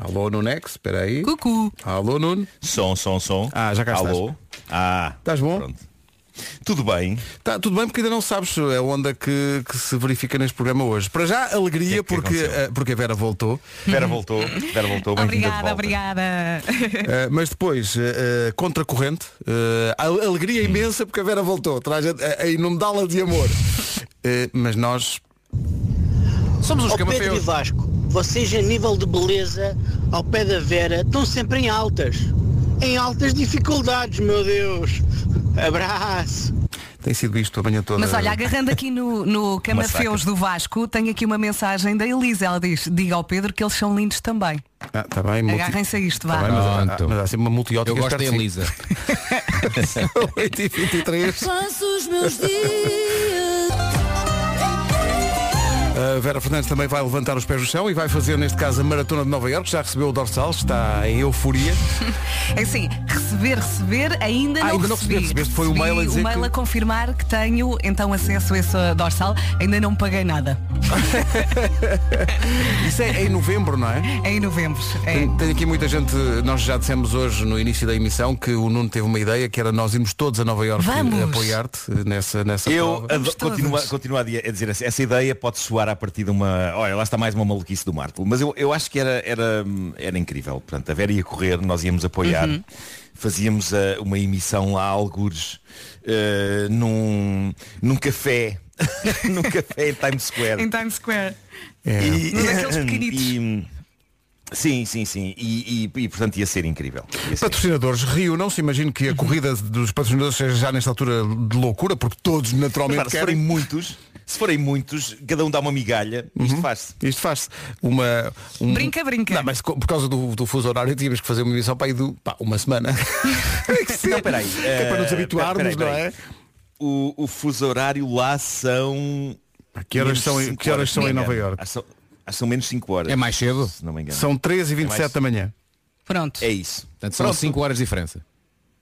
S1: Alô, Nunex, espera aí.
S6: Cucu.
S1: Alô, Nuno.
S15: Som, som, som.
S1: Ah, já cá estás.
S15: Alô. Ah.
S1: Estás bom?
S15: Tudo bem.
S1: Tá, tudo bem porque ainda não sabes é a onda que, que se verifica neste programa hoje. Para já,
S5: é
S1: alegria porque, eh, porque a Vera voltou.
S15: Vera voltou. Vera voltou. Bem-vinda
S6: Obrigada,
S15: de volta.
S6: obrigada.
S1: Eh, mas depois, eh, eh, contracorrente, eh, a
S5: Hum.
S1: alegria imensa porque a Vera voltou, traz a, a inundá-la de amor. Eh, mas nós
S17: Somos
S1: uns
S17: Ao Pedro
S1: camafeus.
S17: e Vasco, vocês a nível de beleza, ao pé da Vera, estão sempre em altas. Em altas dificuldades, meu Deus. Abraço.
S1: tem sido isto a manhã toda.
S6: Mas olha, agarrando aqui no, no Camafeus do Vasco, tenho aqui uma mensagem da Elisa. Ela diz, diga ao Pedro que eles são lindos também.
S1: Ah, tá bem,
S6: Agarrem-se a isto, vá.
S1: Tá bem, mas, há-
S6: Pronto.
S1: mas há sempre uma multiótica.
S5: Eu gosto da Elisa.
S1: 8 e 23
S18: Passo os meus dias.
S1: A Vera Fernandes também vai levantar os pés no chão e vai fazer, neste caso, a Maratona de Nova Iorque. Já recebeu o dorsal, está em euforia.
S6: É assim, receber, receber, ainda
S1: Ah,
S6: não
S1: ainda não recebeste,
S6: recebi.
S1: recebeste foi o
S6: Recebi
S1: mail a dizer
S6: o mail
S1: que-
S6: a confirmar que tenho então acesso a esse dorsal, ainda não paguei nada.
S1: Isso é em novembro, não é?
S6: É em novembro. É.
S1: Tem, tem aqui muita gente, nós já dissemos hoje no início da emissão que o Nuno teve uma ideia que era nós irmos todos a Nova Iorque
S15: Vamos.
S1: apoiar-te nessa,
S6: Tá
S1: nessa
S15: Eu
S1: prova.
S15: ado- continuo, continuo a, di- a dizer assim, essa ideia pode soar a partir de uma. Olha, lá está mais uma maluquice do Marco. Mas eu, eu acho que era, era, era incrível. Portanto, a Vera ia correr, nós íamos apoiar.
S19: Uhum.
S15: Fazíamos ah, uma emissão lá a algures ah, num, num café. num café em Times Square.
S6: Em Times Square.
S15: E-
S6: Então, Num daqueles pequenitos.
S15: e- sim, sim, sim. E, e- e, portanto ia ser incrível. Ia ser
S1: Patrocinadores reúnam-se, imagino que a corrida dos patrocinadores seja já nesta altura de loucura, porque todos naturalmente
S15: Repara, se
S1: querem
S15: forem muitos, se forem muitos, cada um dá uma migalha,
S6: Uhum.
S15: isto faz-se.
S1: Isto faz-se. Uma. um-
S6: Brinca, brinca.
S1: Não, mas co- por causa do, do fuso horário tínhamos que fazer uma emissão para aí do. pá, uma semana.
S15: Não, peraí.
S1: é para nos
S15: Eh,
S1: habituarmos,
S15: peraí, peraí.
S1: não é?
S15: O, o fuso horário lá são.
S1: Ah, que horas
S15: menos
S1: são em-
S15: cinco
S1: que horas são
S15: se
S1: em
S15: não me
S1: Nova
S15: engano.
S1: Iorque?
S15: Acho, acho que Ah, são menos 5 horas.
S1: É mais cedo?
S15: Se não me engano.
S1: São 3 e
S15: É mais-
S1: 27 da manhã.
S6: Pronto.
S15: É isso.
S1: Portanto, são cinco
S15: horas de diferença.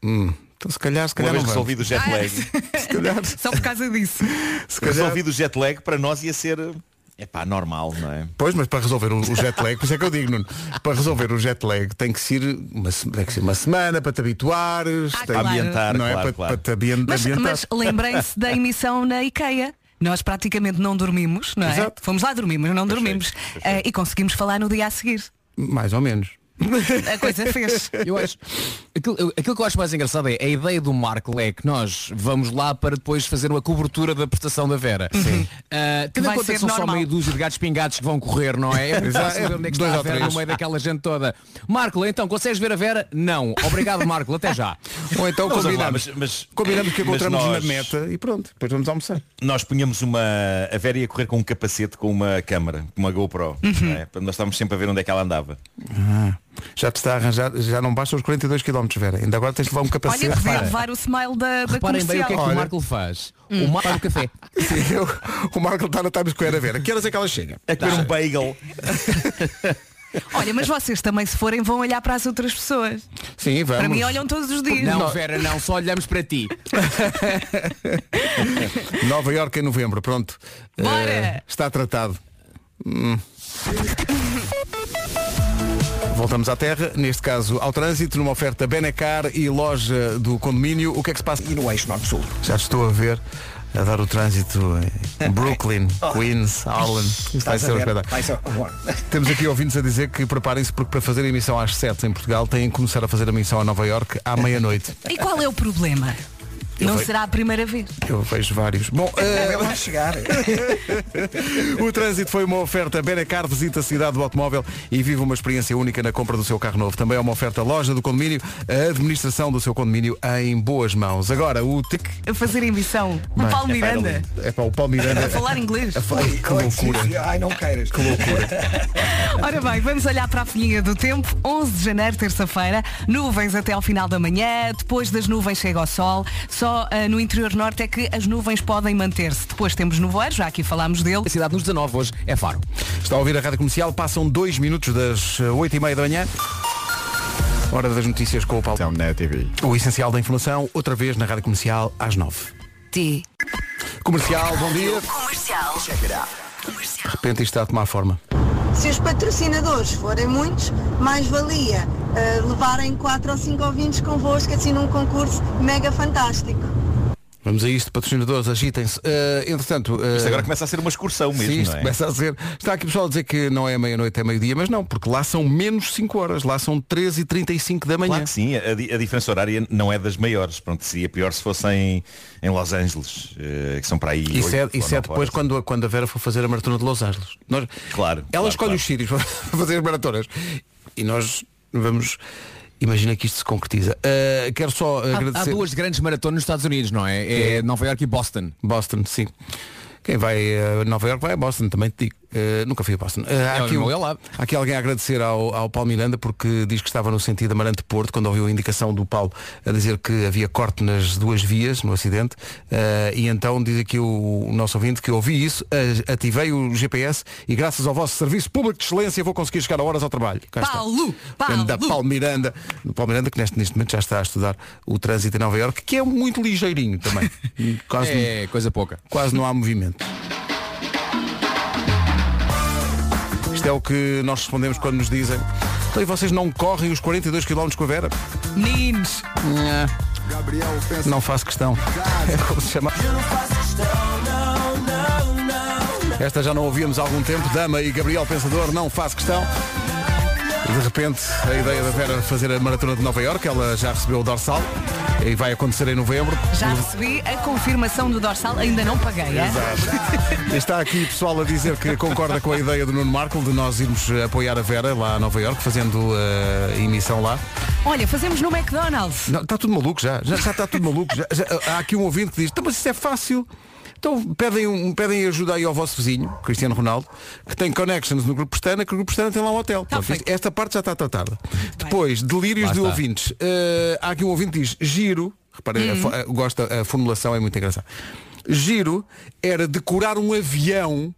S1: Hum. Então se calhar, se
S15: Uma
S1: calhar
S15: vez
S1: não vamos. Ah,
S15: resolvido o jet lag.
S6: Só por causa disso.
S15: Resolvido o jet lag para nós ia ser. É pá, normal, não é?
S1: Pois, mas para resolver o, o jet lag, por isso é que eu digo, Nuno, para resolver o jet lag tem que ser uma, se- tem que ser uma semana para te habituares, tem
S15: claro. Ambientar,
S1: não é?
S15: claro,
S1: para,
S15: claro.
S1: para te ambien-
S6: Ah, Mas,
S1: ambientar.
S6: mas lembrem-se da emissão na IKEA. Nós praticamente não dormimos, não é?
S1: Exato.
S6: Fomos lá, dormimos, não dormimos. Eh, e conseguimos falar no dia a seguir.
S1: Mais ou menos.
S6: A coisa fez.
S5: Eu acho. Aquilo, eu- aquilo que eu acho mais engraçado é a ideia do Marco é que nós vamos lá para depois fazer uma cobertura da prestação da Vera. Sim.
S6: Que
S5: tendo em
S6: vai
S5: conta
S6: ser
S5: que são só
S6: normal.
S5: meia dúzia de gatos pingados que vão correr, não é? É muito
S1: Exato.
S5: fácil ver onde é que
S1: Dois
S5: está a
S1: ou
S5: Vera
S1: três.
S5: no meio daquela gente toda. Marco, então, consegues ver a Vera? Não. Obrigado, Marco, até já.
S1: Ou então
S15: Vamos
S1: combinamos,
S15: lá, mas- mas-
S1: combinamos que
S15: mas
S1: encontramos
S15: nós-
S1: na meta e pronto, depois vamos almoçar.
S15: Nós punhamos uma. A Vera ia correr com um capacete com uma câmara, com uma GoPro.
S1: Uhum.
S15: não é? Portanto, Nós estávamos sempre a ver onde é que ela andava.
S1: Ah, já te está a arranjar, já não basta os 42 km, Vera. Ainda agora tens de levar um capacete.
S6: Olha, devia
S1: Repara.
S6: levar o smile da, da
S5: Reparem
S6: comercial.
S5: bem o que é que o
S1: Olha.
S5: Marco faz.
S1: Hum.
S5: O Marco o café.
S1: Sim, eu- o Marco está na Times Square a ver. A que horas é que ela chega?
S15: A comer um bagel.
S6: Olha, mas vocês também, se forem, vão olhar para as outras pessoas.
S1: Sim, vamos.
S6: Para mim, olham todos os dias.
S5: Não, Vera, não, só olhamos para ti.
S1: Nova Iorque em novembro, pronto.
S6: Bora!
S1: Eh, está tratado. Hum. Voltamos à terra, neste caso ao trânsito, numa oferta Benacar e loja do condomínio. O que é que se passa? E no eixo norte-sul. Já estou a ver, a dar o trânsito em Brooklyn, Queens, Harlem. Isto vai
S10: Estás a
S1: ser um
S10: ver?
S1: espetáculo.
S10: Vai ser- Bom,
S1: Temos aqui ouvintes a dizer que preparem-se porque para fazer a emissão às 7 em Portugal têm que começar a fazer a emissão a Nova Iorque à meia-noite.
S6: E qual é o problema?
S1: Eu
S6: não
S1: ve-
S6: será a primeira vez.
S1: Eu vejo vários. Bom, eh,
S10: vai chegar.
S1: O trânsito foi uma oferta. Benacar visita a cidade do automóvel e vive uma experiência única na compra do seu carro novo. Também é uma oferta loja do condomínio, a administração do seu condomínio em boas mãos. Agora, o TIC.
S6: A fazer emissão. O Paulo Miranda.
S1: É para o Paulo Miranda.
S6: A falar inglês.
S1: A falar- Que loucura.
S10: Ai, não queiras.
S1: Que loucura.
S6: Ora bem, vamos olhar para a folhinha do tempo. 11 de janeiro, terça-feira. Nuvens até ao final da manhã. Depois das nuvens chega o sol. Só ah, no interior norte é que as nuvens podem manter-se. Depois temos nevoeiro, já aqui falámos dele. A
S5: cidade nos 19 hoje é faro.
S1: Está a ouvir a rádio comercial, passam dois minutos das 8 e meia da manhã. Hora das notícias com o Paulo.
S12: na TV.
S15: Então.
S1: O essencial da informação, outra vez na rádio comercial, às 9.
S6: Ti.
S1: Comercial, bom dia.
S18: Comercial.
S1: De repente isto está a tomar forma.
S19: Se os patrocinadores forem muitos, mais valia eh, levarem 4 ou 5 ouvintes convosco assim num concurso mega fantástico.
S1: Vamos a isto, patrocinadores, agitem-se. Eh, entretanto. eh,
S15: Isto agora começa a ser uma excursão mesmo,
S1: Sim, isto
S15: não é?
S1: começa a ser. Está aqui o pessoal a dizer que não é meia-noite, é meio-dia, mas não, porque lá são menos 5 horas, lá são 13h35 da manhã.
S15: Claro que sim, a, di- a diferença horária não é das maiores. Pronto, seria pior se fosse em, em Los Angeles, eh, que são para aí.
S1: Isso é,
S15: oito ou
S1: isso é
S15: nove
S1: depois
S15: horas.
S1: quando, quando a Vera for fazer a maratona de Los Angeles. Nós,
S15: Claro.
S1: ela escolhe os sítios para fazer as maratonas. E nós vamos. Imagina que isto se concretiza. Ah, quero só
S5: Há-
S1: agradecer.
S5: Há duas grandes maratonas nos Estados Unidos, não é? É,
S1: É.
S5: Nova York e Boston.
S1: Boston, sim. Quem vai a Nova York vai a Boston, também te digo. Eh, nunca fui a Boston. Eh, há,
S5: É,
S1: aqui
S5: o
S1: um-
S5: meu é lá.
S1: há aqui alguém a agradecer ao, ao Paulo Miranda porque diz que estava no sentido Amarante Porto quando ouviu a indicação do Paulo a dizer que havia corte nas duas vias no acidente Eh, e então diz aqui o, o nosso ouvinte que ouvi isso, eh, ativei o GPS e graças ao vosso serviço público de excelência vou conseguir chegar a horas ao trabalho. Cá está.
S6: Paulo, Paulo.
S1: Ganda Paulo Miranda. O Paulo Miranda que neste, neste momento já está a estudar o trânsito em Nova Iorque, que é muito ligeirinho também. Quase,
S5: É, coisa pouca.
S1: Quase não há movimento. Isto é o que nós respondemos quando nos dizem. Então e vocês não correm os 42 km com a Vera?
S6: Meninos.
S1: Gabriel, Não faço questão. É como se chama. Esta já não ouvíamos há algum tempo. Dama e Gabriel Pensador, não faço questão. De repente, a ideia da Vera fazer a maratona de Nova Iorque, ela já recebeu o dorsal e vai acontecer em novembro.
S6: Já recebi a confirmação do dorsal, ainda não paguei, é?
S1: Está aqui pessoal a dizer que concorda com a ideia do Nuno Marco de nós irmos apoiar a Vera lá a Nova Iorque, fazendo a emissão lá.
S6: Olha, fazemos no McDonald's.
S1: Não, está tudo maluco já, já, já está tudo maluco. Já, já- há aqui um ouvinte que diz, "Então, mas isso é fácil. Então pedem, um- pedem ajuda aí ao vosso vizinho, Cristiano Ronaldo, que tem connections no Grupo Pestana, que o Grupo Pestana tem lá um hotel. Pronto, isto- esta parte já está tratada. Depois, delírios
S5: Lá
S1: de
S5: está.
S1: ouvintes. Eh, há aqui um ouvinte que diz, giro, reparem, a fo- a- gosta, a formulação é muito engraçada. Giro era decorar um avião.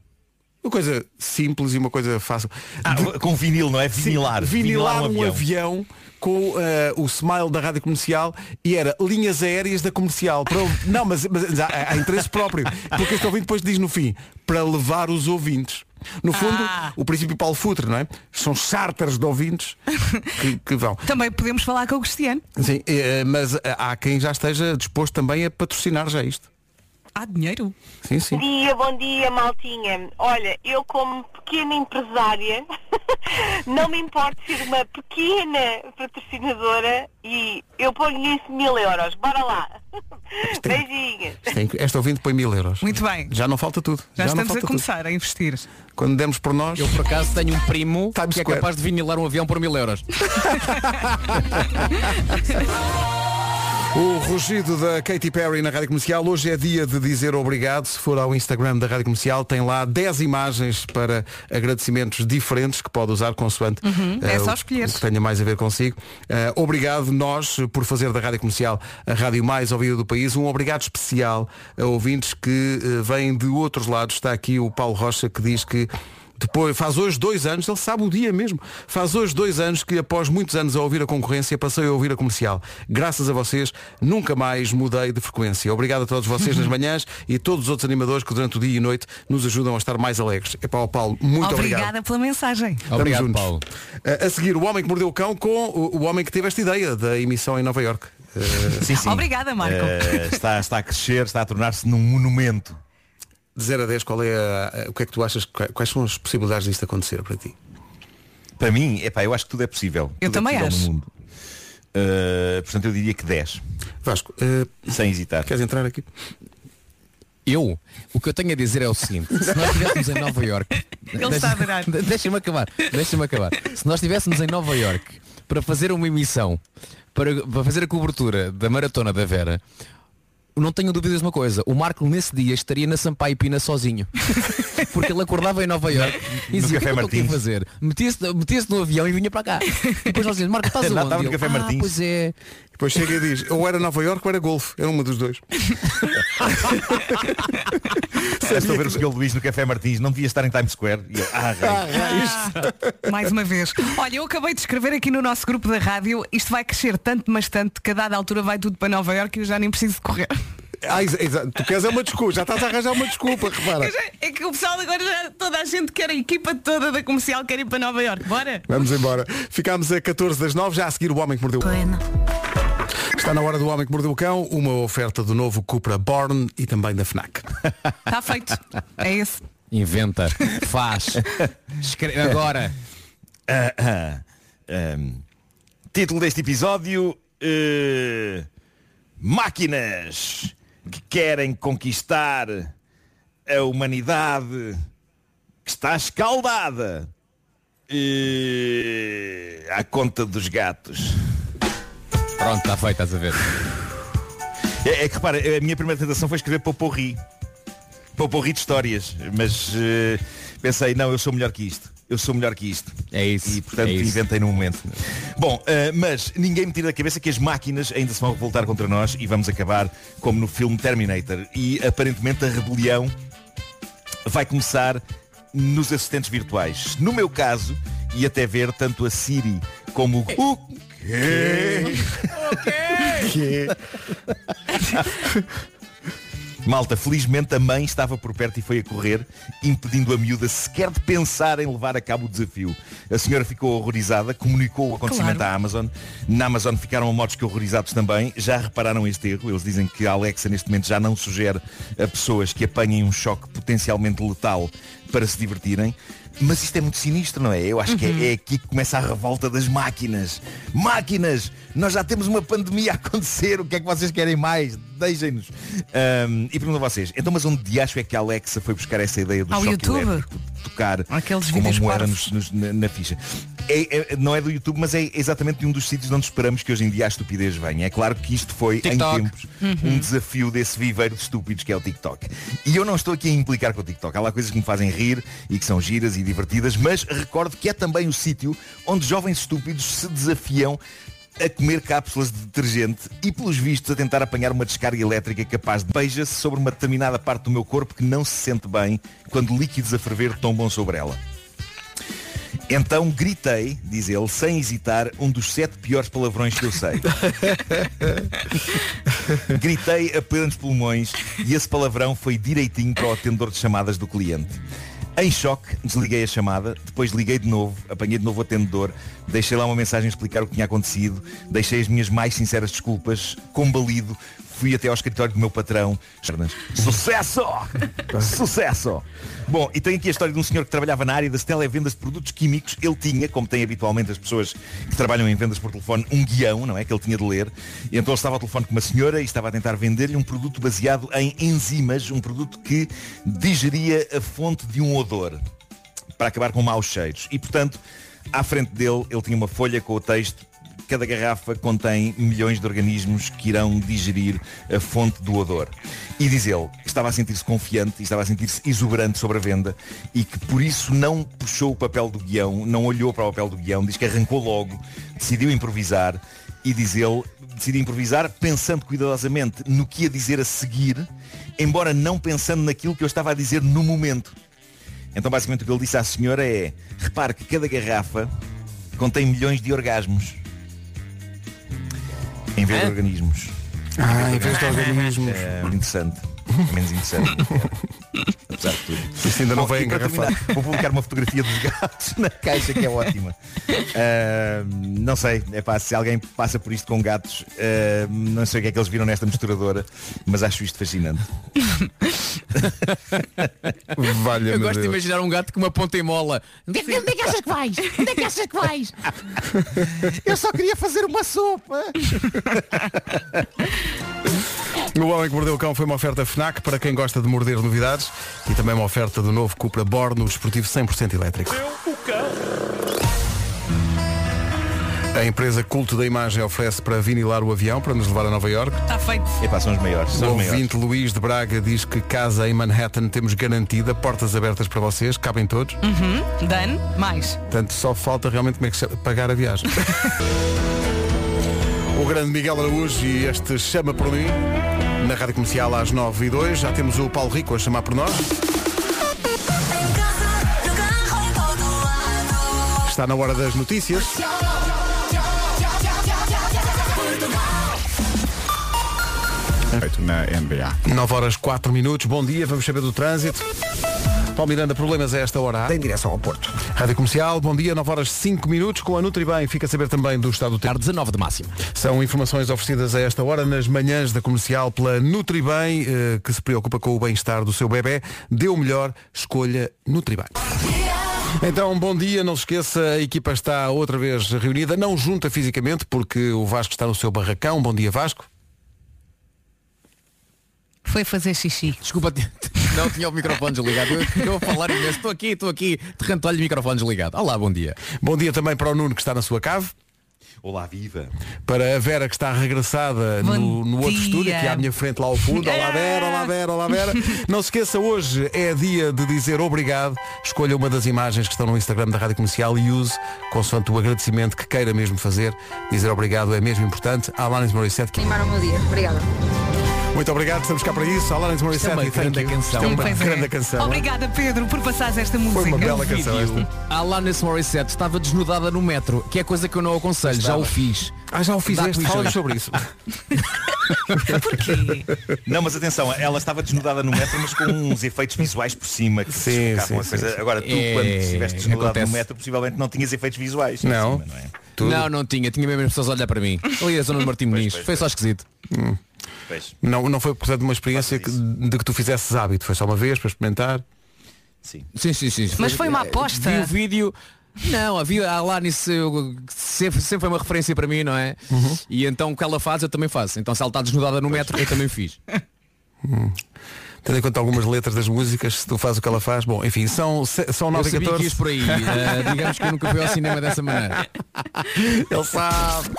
S1: Uma coisa simples e uma coisa fácil.
S15: Ah,
S1: De-
S15: Com vinil, não é? Vinilar.
S1: Sim, vinilar um, avião. com eh, o smile da rádio comercial e era linhas aéreas da comercial. Para o- Não, mas, mas há, há interesse próprio. Porque este ouvinte depois diz no fim, para levar os ouvintes. No fundo,
S6: Ah.
S1: o princípio Paulo Futre, não é? São charters de ouvintes que, que vão.
S6: Também podemos falar com o Cristiano.
S1: Sim, eh, mas eh, há quem já esteja disposto também a patrocinar já isto.
S6: Há dinheiro.
S1: Sim, sim.
S20: Bom dia, bom dia, maltinha. Olha, eu como pequena empresária, não me importo ser uma pequena patrocinadora e eu ponho nisso mil euros. Bora lá. Beijinhos.
S1: Isto é inc- Esta ouvinte põe mil euros.
S6: Muito bem.
S1: Já não falta tudo.
S6: Já,
S1: não
S6: estamos
S1: falta
S6: a
S1: tudo.
S6: começar a investir.
S1: Quando demos por nós.
S5: Eu por acaso tenho um primo que é
S1: Square.
S5: capaz de vinilar um avião por mil euros.
S15: Eh,
S1: O rugido da Katy Perry na Rádio Comercial. Hoje é dia de dizer obrigado. Se for ao Instagram da Rádio Comercial, tem lá 10 imagens para agradecimentos diferentes que pode usar consoante
S6: Uhum, é
S1: eh,
S6: só
S1: o-
S6: escolher.
S1: o que tenha mais a ver consigo. Eh, obrigado nós por fazer da Rádio Comercial a rádio mais ouvida do país. Um obrigado especial a ouvintes que eh, vêm de outros lados. Está aqui o Paulo Rocha que diz que depois, faz hoje dois anos, ele sabe o dia mesmo, faz hoje dois anos que após muitos anos a ouvir a concorrência, passei a ouvir a comercial. Graças a vocês, nunca mais mudei de frequência. Obrigado a todos vocês nas manhãs e todos os outros animadores que durante o dia e noite nos ajudam a estar mais alegres. É Paulo, Paulo, muito
S6: Obrigada
S1: obrigado.
S6: pela mensagem.
S1: Estamos juntos. A, a seguir, o homem que mordeu o cão com o, o homem que teve esta ideia da emissão em Nova York.
S15: Sim, sim.
S6: Obrigada, Marco.
S15: Eh, está, está a crescer, está a tornar-se num monumento.
S1: De 0 a 10, qual é a- a- o que é que tu achas? que- Quais são as possibilidades disto acontecer para ti?
S15: Para mim, epá, eu acho que tudo é possível.
S1: Eu
S15: Tudo é
S1: também
S15: possível
S1: acho.
S15: No mundo. Eh, portanto, eu diria que 10.
S1: Vasco, eh,
S15: sem hesitar.
S1: Queres entrar aqui?
S5: Eu, o que eu tenho a dizer é o seguinte, se nós estivéssemos em Nova Iorque,
S6: Ele está a adorar.
S5: De- Deixa-me acabar, deixa-me acabar. Se nós estivéssemos em Nova Iorque para fazer uma emissão, para, para fazer a cobertura da maratona da Vera, não tenho dúvidas de uma coisa, o Marco nesse dia estaria na Sampaio Pina sozinho. Porque ele acordava em Nova Iorque e dizia,
S15: No
S5: o que
S15: Café
S5: é que eu estou aqui a
S15: Martins."
S5: fazer? Metia-se metia no avião e vinha para cá. E depois nós dizíamos, Marco, estás
S15: Não,
S5: aonde?
S15: estava
S5: Ele,
S15: no É Café
S5: "Ah,
S15: Martins."
S5: pois é.
S1: Depois chega e diz, ou era Nova York ou era Golfe. Era uma dos dois.
S5: é.
S15: Estou a ver o Miguel Luís no Café Martins, não devia estar em Times Square. E eu, ah, raio.
S6: Ah, Mais uma vez. Olha, eu acabei de escrever aqui no nosso grupo da rádio, isto vai crescer tanto, mas tanto, que a dada altura vai tudo para Nova Iorque e eu já nem preciso correr.
S1: Ah, exa- exa- tu queres é uma desculpa, já estás a arranjar uma desculpa, repara.
S6: Eu já- É que o pessoal agora já, toda a gente quer a equipa toda da comercial quer ir para Nova York. Bora?
S1: Vamos embora. Ficámos a 14 das 9, já a seguir o Homem que Mordeu o Cão. Está na hora do Homem que Mordeu o Cão, uma oferta do novo Cupra Born e também da FNAC.
S6: Tá
S21: Está feito. É esse.
S4: Inventa, faz, escreve agora.
S15: Ah, ah, ahm. título deste episódio eh, Máquinas que querem conquistar a humanidade que está escaldada eh, à conta dos gatos.
S4: Pronto, está feito, estás a ver.
S15: É, é que repara, a minha primeira tentação foi escrever Poporri. Poporri de histórias. Mas eh, pensei, não, eu sou melhor que isto. Eu sou melhor que isto. É isso. E portanto
S4: é isso.
S15: inventei no momento. Bom, eh, mas ninguém me tira da cabeça que as máquinas ainda se vão revoltar contra nós e vamos acabar como no filme Terminator. E aparentemente a rebelião vai começar nos assistentes virtuais. No meu caso, e até ver tanto a Siri como o... O quê?
S1: Que-
S15: Malta, felizmente a mãe estava por perto e foi a correr, impedindo a miúda sequer de pensar em levar a cabo o desafio. A senhora ficou horrorizada, comunicou o acontecimento
S22: Claro.
S15: à Amazon. Na Amazon ficaram a modos que horrorizados também. Já repararam este erro? Eles dizem que a Alexa neste momento já não sugere a pessoas que apanhem um choque potencialmente letal para se divertirem. Mas isto é muito sinistro, não é? Eu acho que
S22: Uhum.
S15: é, é aqui que começa a revolta das máquinas. Máquinas! Nós já temos uma pandemia a acontecer. O que é que vocês querem mais? Deixem-nos. Ahm, e pergunto a vocês, então mas onde de acho é que a Alexa foi buscar essa ideia do
S21: Ao
S15: choque
S21: YouTube?
S15: elétrico? de Tocar
S21: Aqueles
S15: com uma
S21: vídeos
S15: moeda
S21: parvos.
S15: nos- nos- na, na ficha. É- é- não é do YouTube, mas é exatamente de um dos sítios onde esperamos que hoje em dia a estupidez venha. É claro que isto foi,
S4: TikTok.
S15: em tempos,
S4: Uhum.
S15: um desafio desse viveiro de estúpidos que é o TikTok. E eu não estou aqui a implicar com o TikTok. Há lá coisas que me fazem rir e que são giras e divertidas, mas recordo que é também o sítio onde jovens estúpidos se desafiam a comer cápsulas de detergente e, pelos vistos, a tentar apanhar uma descarga elétrica capaz de beija-se sobre uma determinada parte do meu corpo que não se sente bem quando líquidos a ferver tombam sobre ela. Então gritei, diz ele, sem hesitar, um dos sete piores palavrões que eu sei. Gritei a plenos pulmões e esse palavrão foi direitinho para o atendedor de chamadas do cliente. Em choque, desliguei a chamada, depois liguei de novo, apanhei de novo o atendedor, deixei lá uma mensagem a explicar o que tinha acontecido, deixei as minhas mais sinceras desculpas, combalido, fui até ao escritório do meu patrão. Sucesso! Sucesso! Bom, e tem aqui a história de um senhor que trabalhava na área das televendas de produtos químicos. Ele tinha, como tem habitualmente as pessoas que trabalham em vendas por telefone, um guião, não é? Que ele tinha de ler. E então ele estava ao telefone com uma senhora e estava a tentar vender-lhe um produto baseado em enzimas, um produto que digeria a fonte de um odor para acabar com maus cheiros. E portanto, à frente dele, ele tinha uma folha com o texto Cada garrafa contém milhões de organismos que irão digerir a fonte do odor. E diz ele que estava a sentir-se confiante e estava a sentir-se exuberante sobre a venda e que por isso não puxou o papel do guião, não olhou para o papel do guião, diz que arrancou logo, decidiu improvisar e diz ele, decidi improvisar pensando cuidadosamente no que ia dizer a seguir, embora não pensando naquilo que eu estava a dizer no momento. Então basicamente o que ele disse à senhora é Repare que cada garrafa contém milhões de orgasmos Em vez de organismos
S1: Ah, em vez de
S15: organismos É interessante É menos interessante É. Apesar de tudo
S1: Isso ainda não
S15: Bom,
S1: vem
S15: e para
S1: engarrafado.
S15: terminar, Vou publicar uma fotografia dos gatos na caixa que é ótima Ah, Não sei, é pá, se alguém passa por isto com gatos ah, Não sei o que é que eles viram nesta misturadora Mas acho isto fascinante
S1: Valha-me
S4: Eu gosto de
S1: Deus.
S4: imaginar um gato com uma ponta em mola.
S3: Onde é, que- onde é que achas que vais? Onde é que achas que vais?
S1: Eu só queria fazer uma sopa. O Homem que Mordeu o Cão foi uma oferta FNAC para quem gosta de morder novidades e também uma oferta do novo Cupra Born, o desportivo 100% elétrico. A empresa Culto da Imagem oferece para vinilar o avião para nos levar a Nova Iorque.
S6: Tá
S21: Está feito.
S15: Epá, são os maiores
S1: O
S15: são os maiores.
S1: ouvinte Luís de Braga diz que casa em Manhattan temos garantida, portas abertas para vocês, cabem todos.
S21: Uhum. Dan, mais.
S1: Portanto, só falta realmente como é que se chama? pagar a viagem. o grande Miguel Araújo e este Chama por mim, na Rádio Comercial às 9 e 2 Já temos o Paulo Rico a chamar por nós. Está na hora das notícias.
S4: feito na NBA.
S1: 9 horas 4 minutos, bom dia, vamos saber do trânsito. Paulo Miranda, problemas a esta hora? Em
S5: direção ao Porto.
S1: Rádio Comercial, bom dia, 9 horas 5 minutos, com a Nutribem, fica a saber também do estado do tempo.
S23: 19 de máxima.
S1: São informações oferecidas a esta hora nas manhãs da comercial pela Nutribem, eh, que se preocupa com o bem-estar do seu bebê. Dê o melhor, escolha Nutribem. Então, bom dia, não se esqueça, a equipa está outra vez reunida, não junta fisicamente, porque o Vasco está no seu barracão. Bom dia, Vasco.
S6: Foi fazer xixi.
S23: Desculpa, não tinha o microfone desligado. Eu, eu vou falar imenso. Estou aqui, estou aqui. De repente olho o microfone desligado. Olá, bom dia.
S1: Bom dia também para o Nuno, que está na sua cave.
S15: Olá, viva.
S1: Para a Vera que está regressada
S15: Bom
S1: no, no outro
S15: dia.
S1: estúdio, que é à minha frente lá ao fundo. Olá Vera, olá Vera, olá Vera. Não se esqueça, hoje é dia de dizer obrigado. Escolha uma das imagens que estão no Instagram da Rádio Comercial e use, consoante o agradecimento que queira mesmo fazer. Dizer obrigado é mesmo importante. Alanis Morissette. que-
S9: Animaram o meu dia. Obrigada.
S1: Muito obrigado, estamos cá para isso. Alanis Morissette.
S23: Isto é uma
S1: e thank
S23: grande
S1: you.
S23: canção.
S1: Isto é uma
S23: Pois é.
S1: grande canção.
S6: Obrigada, Pedro, por passares esta música.
S23: A Alanis Morissette estava desnudada no metro, que é coisa que eu não aconselho. Já
S15: Estava.
S23: o fiz.
S1: Ah, já o
S15: fizeste? Fala-nos sobre
S1: isso.
S15: Não, mas atenção, ela estava desnudada no metro, mas com uns efeitos visuais por cima que sim,
S1: sim,
S15: a coisa.
S1: sim.
S15: Agora, tu,
S23: É,
S15: quando estiveste desnudado
S23: acontece.
S15: no metro, possivelmente não tinhas efeitos visuais.
S23: Não.
S15: Por cima, não, é?
S23: Não, não tinha. Tinha mesmo as pessoas a olhar para mim. Ali a zona do Martim Muniz. Foi só esquisito.
S1: Hum. Não, não foi portanto uma experiência que- de que tu fizesses hábito. Foi só uma vez para experimentar.
S15: Sim.
S23: Sim, sim, sim.
S6: Mas foi uma aposta.
S23: Vi o vídeo. Não, havia a Alanis eu- sempre, sempre foi uma referência para mim, não é? E então o que ela faz, eu também faço. Então se ela está desnudada no metro, eu também fiz.
S1: Tendo em conta algumas letras das músicas, se tu fazes o que ela faz. Bom, enfim, são, se- são 9
S23: Eu sabia
S1: e 14.
S23: que ias por aí. Eh, digamos que eu nunca fui ao cinema dessa maneira.
S1: Ele sabe.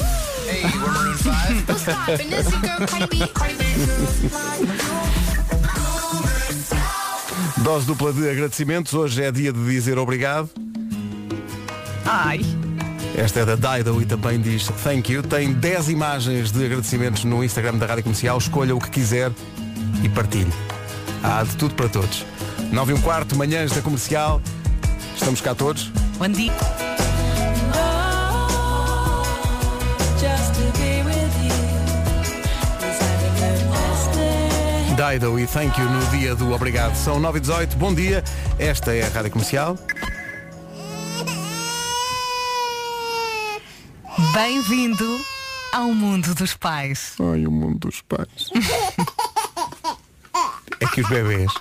S1: Dose dupla de agradecimentos. Hoje é dia de dizer obrigado.
S6: Ai.
S1: Esta é da Dido e também diz thank you. Tem 10 imagens de agradecimentos no Instagram da Rádio Comercial. Escolha o que quiser e partilhe. Há de tudo para todos. 9 e um quarto, manhãs da comercial. Estamos cá todos.
S6: Bom dia.
S1: Dido e thank you no dia do obrigado. São 9 e 18. Bom dia. Esta é a Rádio Comercial.
S6: Bem-vindo ao mundo dos pais.
S1: Hum.
S4: Ai, o mundo Um dos pais.
S1: é que os bebês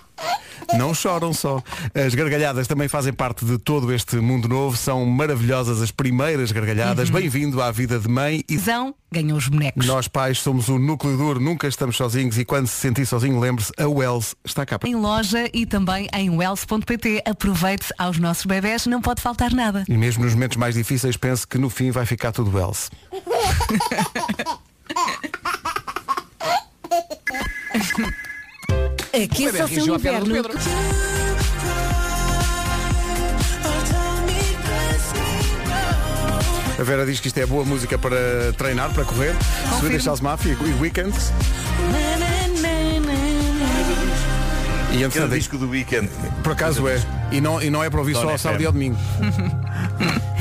S1: não choram só. As gargalhadas também fazem parte de todo este mundo novo. São maravilhosas as primeiras gargalhadas. Bem-vindo à vida de mãe e
S6: Zão ganhou os bonecos.
S1: Nós pais somos o núcleo duro, nunca estamos sozinhos e quando se sentir sozinho, lembre-se, a Wells está cá. para-
S6: Em loja e também em wells.pt. Aproveite aos nossos bebés, não pode faltar nada.
S1: E mesmo nos momentos mais difíceis, pense que no fim vai ficar tudo Wells.
S24: Aqueça o seu inverno.
S1: A Vera diz que isto é boa música para treinar, para correr. Swedish House Mafia e Weekend. E
S15: Cada disco do Weekend.
S1: Por acaso é. E não, e não é para ouvir só
S15: Dona
S1: ao sábado e ao
S15: FM.
S1: domingo.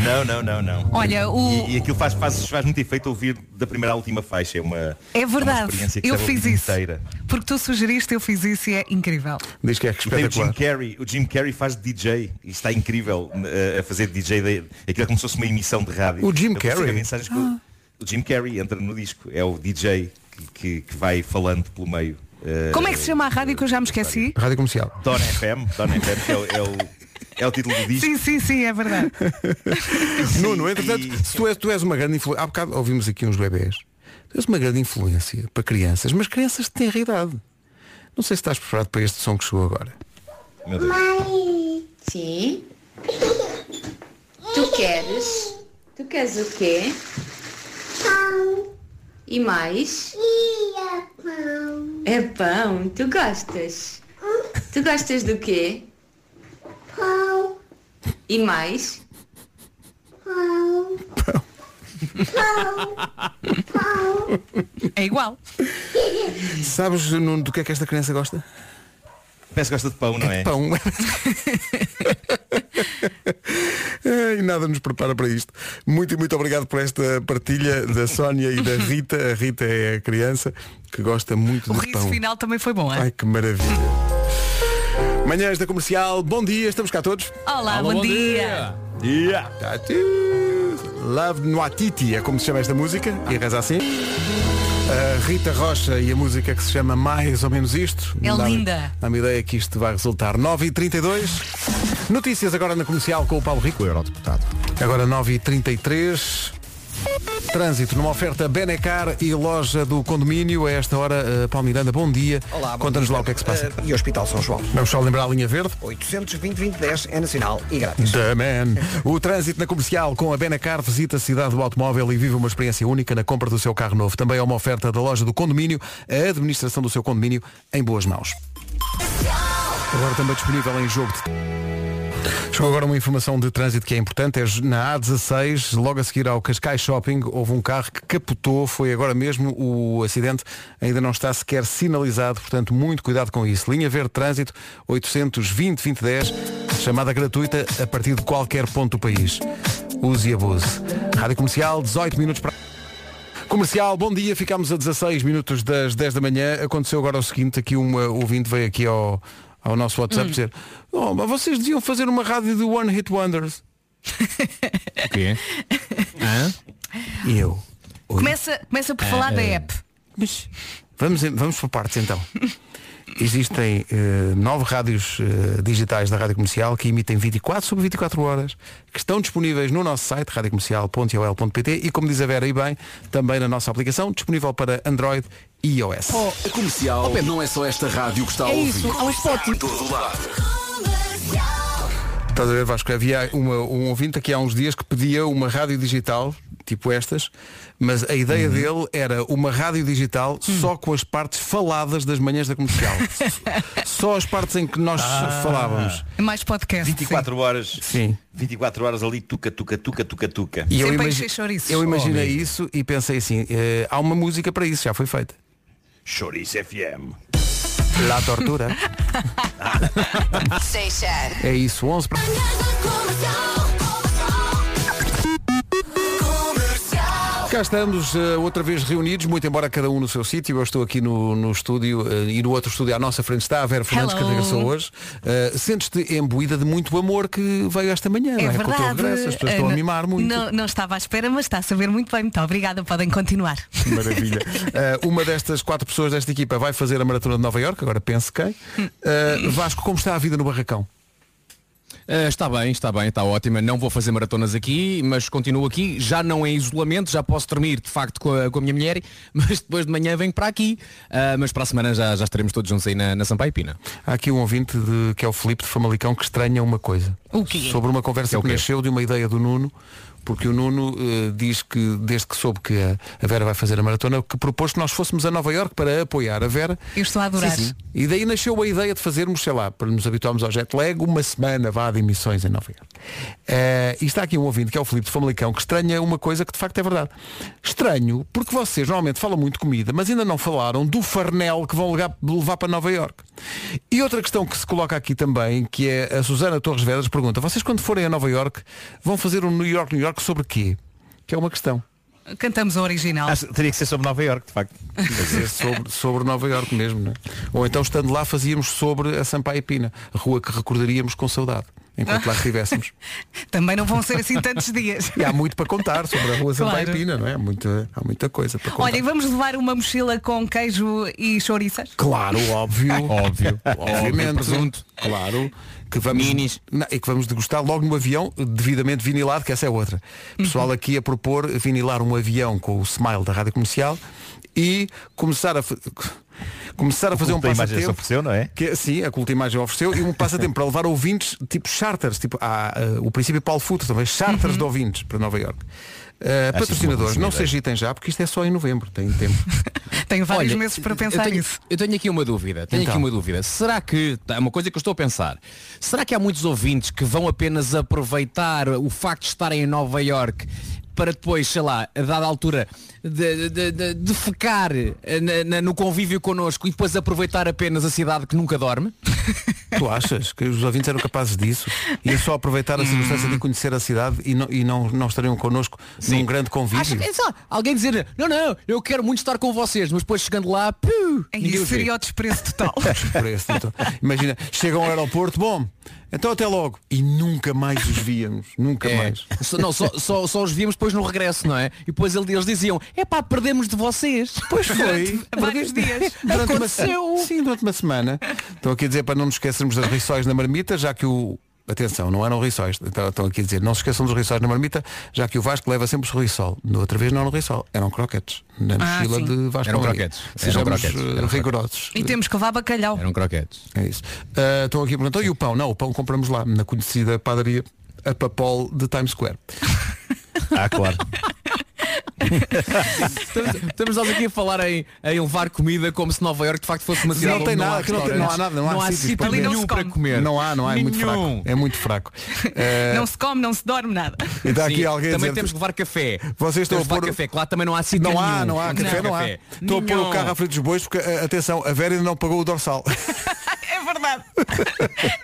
S15: Não, não, não, não.
S6: Olha, o-
S15: E, e aquilo faz, faz, faz muito efeito ouvir da primeira à última faixa. É uma,
S6: É
S15: uma
S6: verdade.
S15: experiência que
S6: Eu
S15: se
S6: fiz
S15: ouve
S6: isso.
S15: Inteira.
S6: Porque tu sugeriste, eu fiz isso e é incrível.
S1: Diz que é
S15: E tem o Jim Carrey, o Jim Carrey faz de DJ e está incrível eh, a fazer DJ de, aquilo é como se fosse uma emissão de rádio.
S1: O Jim
S15: Ele consegue
S1: Carrey?
S15: mensagens que o-
S6: Ah.
S15: o Jim Carrey entra no disco, é o DJ que, que- que vai falando pelo meio. eh,
S6: Como é que se chama a rádio que eu já me esqueci?
S1: Rádio Comercial.
S15: Dona FM, Dona FM, que é, o- é o, é o título do disco.
S6: Sim, sim, sim, é verdade.
S1: Nuno, entretanto, se tu és, tu és uma grande influência. Há bocado ouvimos aqui uns bebés. Tu és uma grande influência para crianças, mas crianças de tenra idade. Não sei se estás preparado para este som que chegou agora.
S9: Mãe! Sim? Tu queres? Tu queres o quê? Pão. E mais?
S3: Ia,
S9: É pão. Tu gostas? Tu gostas do quê?
S3: pão,
S9: E mais?
S3: pão,
S6: É igual.
S1: Sabes, Nuno, do que é que esta criança gosta?
S15: Né? Parece que gosta de pão, não é?
S1: Pão. Ai, nada nos prepara para isto. Muito e muito obrigado por esta partilha da Sónia e da Rita. A Rita é a criança que gosta muito
S6: O
S1: de pão.
S6: riso final também foi bom, é?
S1: Ai, que maravilha. Manhãs da Comercial, bom dia, estamos cá todos.
S6: Olá, bom, dia.
S1: Yeah. Love Noatiti é como se chama esta música e reza assim. A Rita Rocha e a música que se chama Mais ou Menos Isto.
S6: É
S1: Dá-me-
S6: linda.
S1: Dá-me ideia que isto vai resultar. 9h32. Notícias agora na comercial com o Paulo Rico. Eurodeputado. Agora 9h33. Trânsito numa oferta Benecar e loja do condomínio. A esta hora, eh, Paulo Miranda, bom dia.
S25: bom
S1: Conta-nos
S25: dia.
S1: lá o que é que se passa.
S25: Eh, e Hospital São João.
S1: Vamos só lembrar a linha verde.
S25: 820-2010 é nacional e grátis.
S1: The Man. O trânsito na comercial com a Benacar visita a cidade do automóvel e vive uma experiência única na compra do seu carro novo. Também é uma oferta da loja do condomínio, a administração do seu condomínio em boas mãos. Agora também disponível em jogo de... Chegou agora uma informação de trânsito que é importante. É na A16, logo a seguir ao Cascais Shopping, houve um carro que capotou. Foi agora mesmo o acidente. Ainda não está sequer sinalizado, portanto, muito cuidado com isso. Linha Verde Trânsito 820-2010, chamada gratuita a partir de qualquer ponto do país. Use e abuse. Rádio Comercial, 18 minutos para... Comercial, bom dia, ficámos a 16 minutos das 10 da manhã. Aconteceu agora o seguinte, aqui um eh, ouvinte veio aqui ao, ao nosso WhatsApp dizer, oh, mas vocês deviam fazer uma rádio de One Hit Wonders.
S5: O quê? Hã?
S1: Eu.
S6: Começa, começa por falar
S1: É.
S6: da app.
S1: Mas vamos, em- vamos por partes então. Existem eh, nove rádios eh, digitais da Rádio Comercial que emitem 24 sobre 24 horas, que estão disponíveis no nosso site, radiocomercial.ol.pt e, como diz a Vera e bem, também na nossa aplicação, disponível para Android e iOS.
S26: Oh, a comercial não é só esta rádio que está a
S1: É
S26: ouvir.
S1: isso,
S26: Em todo lado.
S1: Estás a ver, Vasco? Havia uma- um ouvinte aqui há uns dias que pedia uma rádio digital, tipo estas, mas a ideia dele era uma rádio digital só com as partes faladas das manhãs da comercial. só as partes em que nós falávamos.
S6: É mais podcast.
S15: 24 horas.
S1: Sim.
S15: 24 horas ali, tuca, tuca, tuca, tuca, tuca.
S1: E eu, imagi- eu imaginei isso e pensei assim, eh, há uma música para isso, já foi feita.
S15: Chouriço FM.
S1: La tortura. é isso, 11 para... Cá estamos eh, outra vez reunidos, muito embora cada um no seu sítio. Eu estou aqui no, no estúdio eh, e no outro estúdio à nossa frente está a Vera Fernandes,
S6: Hello.
S1: que regressou hoje. Eh, Sentes-te imbuída de muito amor que veio esta manhã,
S6: É
S1: não é? Com o teu
S6: verdade.
S1: regresso, as pessoas
S6: Eh,
S1: estão a
S6: não-
S1: mimar muito.
S6: Não, não estava à espera, mas está a saber muito bem. Muito obrigada. Podem continuar.
S1: Maravilha. Eh, uma destas quatro pessoas desta equipa vai fazer a maratona de Nova Iorque, agora pense quem.
S6: Hum.
S1: Eh, Vasco, como está a vida no barracão?
S5: Ah, está bem, está bem, está ótima. Não vou fazer maratonas aqui, mas continuo aqui. Já não em isolamento, já posso dormir de facto com a, com a minha mulher, mas depois de manhã venho para aqui. Ah, mas para a semana já, já estaremos todos juntos aí na, na Sampaio Pina.
S1: Há aqui um ouvinte de- que é o Filipe de Famalicão que estranha uma coisa.
S6: O quê?
S1: Sobre uma conversa
S5: É o
S1: que
S5: quê?
S1: nasceu de uma ideia do Nuno, porque o Nuno eh, diz que, desde que soube que a, a Vera vai fazer a maratona, que propôs que nós fôssemos a Nova Iorque para apoiar a Vera.
S6: Eu estou a adorar.
S1: Sim, sim. E daí nasceu a ideia de fazermos, sei lá, para nos habituarmos ao jet lag, uma semana vá de emissões em Nova Iorque. Eh, e está aqui um ouvinte, que é o Filipe de Famalicão, que estranha uma coisa que de facto é verdade. Estranho, porque vocês normalmente falam muito de comida, mas ainda não falaram do farnel que vão legar- levar para Nova Iorque. E outra questão que se coloca aqui também, que é a Susana Torres Vedas pergunta, vocês quando forem a Nova Iorque vão fazer um New York, New York sobre quê? Que é uma questão.
S6: Cantamos o original.
S1: teria que ser sobre Nova Iorque, de facto. É sobre, sobre Nova Iorque mesmo, não é? Ou então estando lá fazíamos sobre a Sampaio Pina, rua que recordaríamos com saudade, enquanto lá estivéssemos.
S6: Também não vão ser assim tantos dias.
S1: E há muito para contar sobre a rua Sampaio
S6: Claro.
S1: Pina, não é? Há muita, há muita coisa para contar.
S6: Olha, e vamos levar uma mochila com queijo e chouriças?
S1: Claro, óbvio. óbvio. Obviamente.
S5: Óbvio, presunto.
S1: Claro. Que vamos, Na- e que vamos degustar logo no avião, devidamente vinilado, que essa é outra. Pessoal aqui a propor vinilar um avião com o smile da rádio comercial e começar a. fa- Começar a fazer um
S15: Culto da imagem
S1: passatempo.
S15: se ofereceu, não é?
S1: Que, sim, a culta imagem ofereceu e um passatempo para levar ouvintes tipo charters, tipo há, eh, o princípio Paulo Futre também, charters de ouvintes para Nova Iorque. Eh,
S5: Acho isso uma
S1: patrocinadores,
S5: ótima
S1: não se
S5: ideia.
S1: agitem já, porque isto é só em novembro, tem tempo.
S6: Tenho vários
S5: Olha,
S6: meses para pensar
S5: eu tenho,
S6: nisso.
S5: Eu tenho aqui uma dúvida, tenho
S1: Então.
S5: aqui uma dúvida. Será que, é uma coisa que eu estou a pensar, será que há muitos ouvintes que vão apenas aproveitar o facto de estarem em Nova York para depois, sei lá, a dada altura, de, de, de- defecar eh, na- na- no convívio connosco e depois aproveitar apenas a cidade que nunca dorme?
S1: Tu achas que os ouvintes eram capazes disso? Ia só
S5: Hum.
S1: aproveitar a circunstância de conhecer a cidade e não, e não, não estariam connosco num grande
S5: Acho
S1: convívio?
S5: que é só alguém dizer, não, não, eu quero muito estar com vocês, mas depois chegando lá, piu,
S6: É
S5: ninguém os vê.
S1: seria o desprezo total. então, Imagina, chegam ao aeroporto, bom, então até logo. E nunca mais os víamos. Nunca
S5: É.
S1: mais.
S5: Só- Não, só, só, só os víamos depois no regresso, não é? E depois ele- eles diziam, é pá, perdemos de vocês.
S1: Pois foi.
S5: Vários dias.
S1: Durante uma,
S5: Aconteceu.
S1: sim, durante uma semana. Estou aqui a dizer para não nos esquecermos das rissóis na marmita, já que o. Atenção, não eram rissóis. Então, Estão aqui a dizer, não se esqueçam dos rissóis na marmita, já que o Vasco leva sempre o rissol. Na outra vez não era o rissol, eram croquetes. Na
S6: Ah,
S1: mochila
S6: sim.
S1: de Vasco.
S6: Eram
S1: Palmeira.
S6: croquetes. Eram
S1: Sejamos
S6: croquetes.
S1: eh,
S6: Eram
S1: rigorosos.
S6: E temos que levar bacalhau.
S1: Eram croquetes. É isso. Ah, Estão aqui a perguntar, e o pão? Não, o pão compramos lá, na conhecida padaria a Papol de Times Square.
S15: Ah, claro.
S5: estamos, estamos nós aqui a falar em, em levar comida como se Nova Iorque de facto fosse uma cidade
S1: não tem
S5: onde
S1: nada, que não, tem- não há
S5: restaurantes,
S1: nada, não há, sítios
S5: sítio
S1: comer.
S5: nenhum para comer.
S1: Não há, não há, é muito
S5: Nenhum.
S1: fraco. É muito fraco. Eh,
S6: Não se come, não se dorme nada.
S1: E está aqui
S5: Sim,
S1: alguém a
S5: também
S1: dizer-
S5: temos que levar café.
S1: Vocês estão
S5: temos
S1: a
S5: que levar
S1: pôr-
S5: café, que lá também não há assim sítio
S1: não há,
S5: nenhum.
S1: não há café, não há. Estou a pôr o
S5: Nenhum.
S1: carro à frente dos bois porque, eh, atenção, a Vera ainda não pagou o dorsal.
S6: É verdade.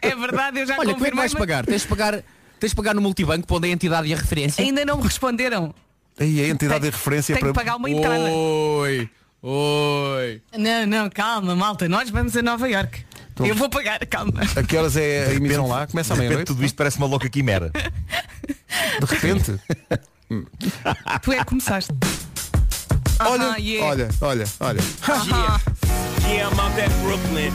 S6: É verdade, eu já
S5: Olha, como é que
S6: confirmei,
S5: vais
S6: mas-
S5: pagar? Tens de pagar, tens de pagar no multibanco para onde é a entidade e a referência?
S6: Ainda não me responderam.
S1: E é a entidade de referência
S6: tenho que
S1: para.
S6: pagar uma entrada.
S5: Oi, oi.
S6: Não, não, calma, malta. Nós vamos a Nova York.
S1: Então-
S6: Eu vou pagar, calma.
S1: A que horas é a emissão
S15: repente-
S1: lá? Começa à né?
S15: de repente
S1: meia-noite?
S15: tudo isto parece uma louca quimera.
S1: De repente?
S6: Tu é que começaste.
S1: Olha,
S6: Aham, Ah, yeah.
S1: olha, olha, olha.
S6: Aham.
S27: Yeah, I'm out that Brooklyn.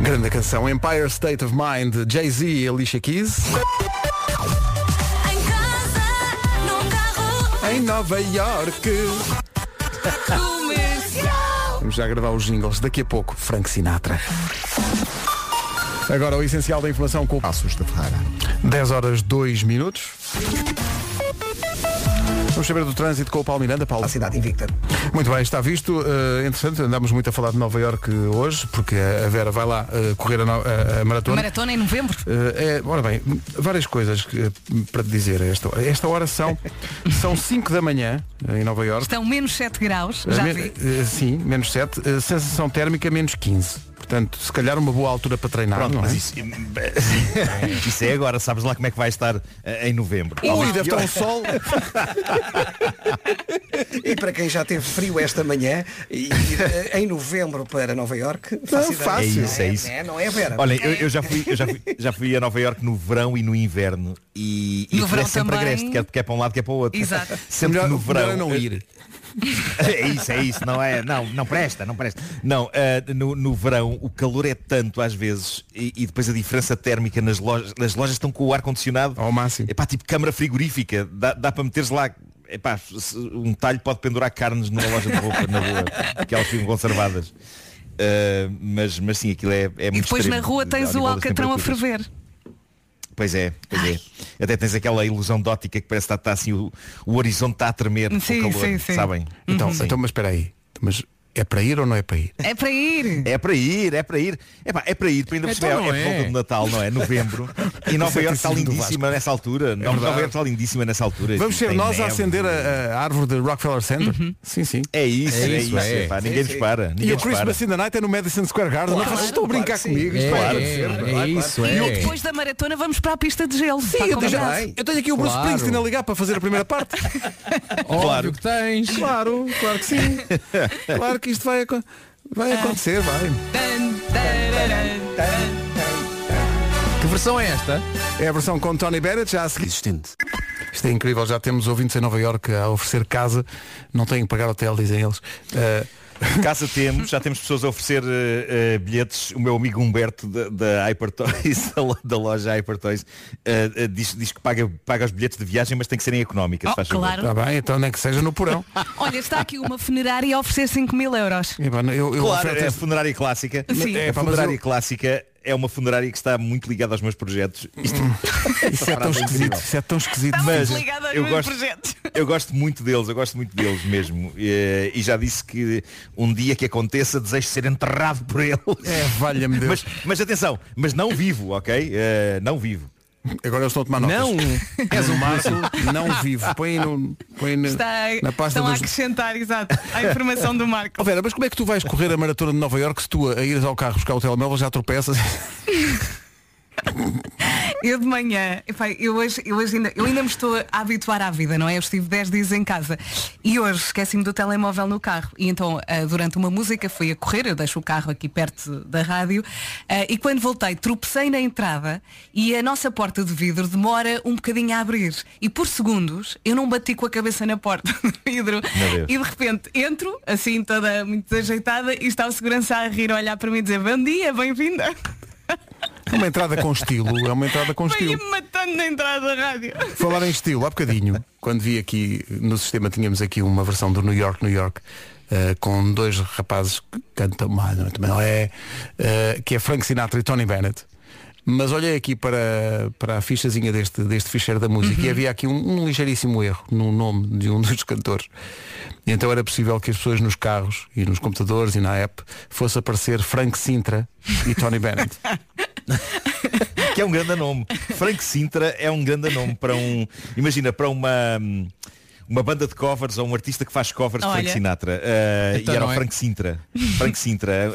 S1: Grande canção. Empire State of Mind, Jay-Z e Alicia Keys. Em Nova York. Vamos já gravar os jingles. Daqui a pouco, Frank Sinatra. Agora o essencial da informação com o Passos da Ferrara. 10 horas 2 minutos. Vamos saber do trânsito com o Paulo Miranda, Paulo. A
S28: cidade invicta.
S1: Muito bem, está visto. Eh, interessante, andámos muito a falar de Nova Iorque hoje, porque a Vera vai lá eh, correr a, no- a- a maratona.
S6: Maratona em novembro.
S1: Eh, é, ora bem, várias coisas que, eh, para te dizer a esta hora. Esta hora são, são 5 da manhã eh, em Nova Iorque.
S6: Estão menos 7 graus,
S5: É
S1: Eh,
S6: já
S1: men-
S6: vi.
S1: eh, sim, menos 7. sensação térmica, menos 15. Portanto, se calhar uma boa altura para treinar.
S15: Pronto,
S1: não
S15: mas
S1: é?
S15: isso, isso é agora, sabes lá como é que vai estar eh, em novembro.
S1: Ui, deve estar um sol.
S28: E para quem já teve frio esta manhã, e, e, em novembro para Nova Iorque,
S15: Não, fácil. É isso, é isso.
S28: Não é, não é Vera?
S15: Olha, eu, eu já, fui, eu já, fui, já fui a Nova Iorque no verão e no inverno e, e
S28: No
S15: aquilo é
S28: verão
S15: sempre
S28: também.
S15: agreste, quer, quer para um lado, quer para o outro.
S28: Exato.
S15: Sempre
S28: Melhor-
S15: no verão.
S28: melhor é não ir.
S15: É isso, é isso, não é? Não, não presta, não presta. Não, ah, no, no verão o calor é tanto às vezes e, e depois a diferença térmica nas lojas, as lojas estão com o ar-condicionado
S1: ao máximo.
S15: É pá, tipo câmara frigorífica, dá, dá para meteres lá. Epá, se- um talho pode pendurar carnes numa loja de roupa na rua, que elas ficam conservadas. Ah, mas, mas sim, aquilo é, é muito
S6: E depois na
S15: extremo,
S6: rua
S15: ao
S6: tens
S15: nível
S6: o
S15: das
S6: Alcatrão a
S15: temperaturas.
S6: ferver.
S15: Pois é, pois é. Até tens aquela ilusão de ótica que parece que está, está assim, o, o horizonte está a tremer
S6: Sim,
S15: com o calor,
S6: sim, Uhum. sim.
S15: sabem?
S1: Então,
S15: Sim.
S1: então, mas espera aí. Mas é para ir ou não é para ir?
S6: É para ir.
S15: É para ir, é para ir. É, pá, é para ir, para ainda perceber.
S1: Então não
S15: é
S1: é.
S15: por volta do Natal, não é? Novembro. E
S1: Isso
S15: Nova
S1: é
S15: Iorque está
S1: tecido do
S15: lindíssima
S1: Vasco.
S15: nessa
S6: É
S15: altura. Nova
S1: verdade.
S15: Iorque está lindíssima nessa altura.
S1: Vamos ser
S15: Tem
S1: nós a
S15: neve.
S1: acender a, a árvore de Rockefeller Center? Sim, sim.
S15: É isso, é isso. é, pá, ninguém nos para.
S1: e
S15: Ninguém
S1: o
S15: nos para.
S1: Christmas in the Night é no Madison Square Garden.
S6: Claro,
S1: Não, vocês estão a brincar
S6: claro que
S1: comigo.
S6: sim.
S1: Isto vai
S6: É,
S1: acontecer,
S6: é,
S1: não
S6: é
S1: Claro.
S6: E
S1: E eu-
S6: depois da maratona vamos para a pista de gelo.
S1: Sim,
S6: Está
S1: eu, tenho, um-
S6: combinado?
S1: eu tenho aqui o Bruce
S6: Claro.
S1: Springsteen a ligar para fazer a primeira parte.
S5: Óbvio que tens.
S1: Claro, claro que sim. Claro que isto vai, acon- vai acontecer, vai.
S5: Que versão é esta?
S1: É a versão com Tony Bennett, já a seguir. Existente. Isto é incrível, já temos ouvintes em Nova Iorque a oferecer casa, não têm que pagar hotel, dizem eles. Eh,
S15: Casa temos, já temos pessoas a oferecer eh, eh, bilhetes. O meu amigo Humberto da, da Hypertoys, da, lo- da loja Hypertoys, eh, eh, diz, diz que paga, paga os bilhetes de viagem, mas tem que serem económicas.
S6: Oh,
S15: faz
S6: claro.
S15: Favor.
S1: Está bem, então nem que seja no porão.
S6: Olha, está aqui uma funerária a oferecer 5 mil euros.
S1: Eh, pá, eu- eu
S15: claro,
S1: oferto
S15: é a
S1: este-
S15: funerária clássica.
S6: Sim.
S15: É,
S1: É, pá,
S15: a
S1: mas
S15: funerária
S1: eu-
S15: clássica é uma funerária que está muito ligada aos meus projetos. Isto-
S1: Hum. Isso é tão
S15: Parada
S1: esquisito,
S15: incrível.
S1: isso é tão esquisito.
S15: Mas
S6: ligada aos
S15: eu
S6: meus
S15: gosto,
S6: projetos.
S15: eu gosto muito deles, eu gosto muito deles mesmo. Eh, E já disse que um dia que aconteça desejo ser enterrado por eles.
S1: É, valha-me Deus.
S15: Mas, mas atenção, mas não vivo, ok? Eh, não vivo.
S1: Agora eles estão a tomar notas.
S5: Não.
S1: És um março não vivo. Põe, no, põe na-
S29: Está,
S1: na pasta
S29: estão a
S1: dos...
S29: acrescentar, exato, a informação do Marco.
S1: Oh, Vera, mas como é que tu vais correr a maratona de Nova Iorque se tu a a ires ao carro buscar o telemóvel já tropeças?
S6: Eu de manhã, epá, eu hoje, eu hoje ainda, eu ainda me estou a habituar à vida, não é? Eu estive 10 dias em casa e hoje esqueci-me do telemóvel no carro. E então, ah, durante uma música, fui a correr, eu deixo o carro aqui perto da rádio, ah, e quando voltei, tropecei na entrada e a nossa porta de vidro demora um bocadinho a abrir. E por segundos, eu não bati com a cabeça na porta do vidro.
S9: Meu Deus.
S6: E de repente entro, assim, toda muito desajeitada, e está o segurança a rir, a olhar para mim e dizer, bom dia, bem-vinda.
S1: É Uma entrada com estilo, é uma entrada com estilo.
S29: Ia-me matando na entrada da rádio.
S1: Falar em estilo, há bocadinho, quando vi aqui no sistema, tínhamos aqui uma versão do New York, New York, eh, com dois rapazes que cantam mal, não é? Também não é, eh, que é Frank Sinatra e Tony Bennett. Mas olhei aqui para, para a fichazinha deste, deste ficheiro da música e havia aqui um, um ligeiríssimo erro no nome de um dos cantores. E então era possível que as pessoas nos carros e nos computadores e na app fosse aparecer Frank Sintra e Tony Bennett.
S15: que é um grande nome. Frank Sintra é um grande nome para um. Imagina, para uma. hum, Uma banda de covers ou um artista que faz covers de Frank
S5: Olha.
S15: Sinatra. Eh,
S5: Então
S15: e era
S5: não
S15: o
S5: é?
S15: Frank Sintra. Frank Sintra.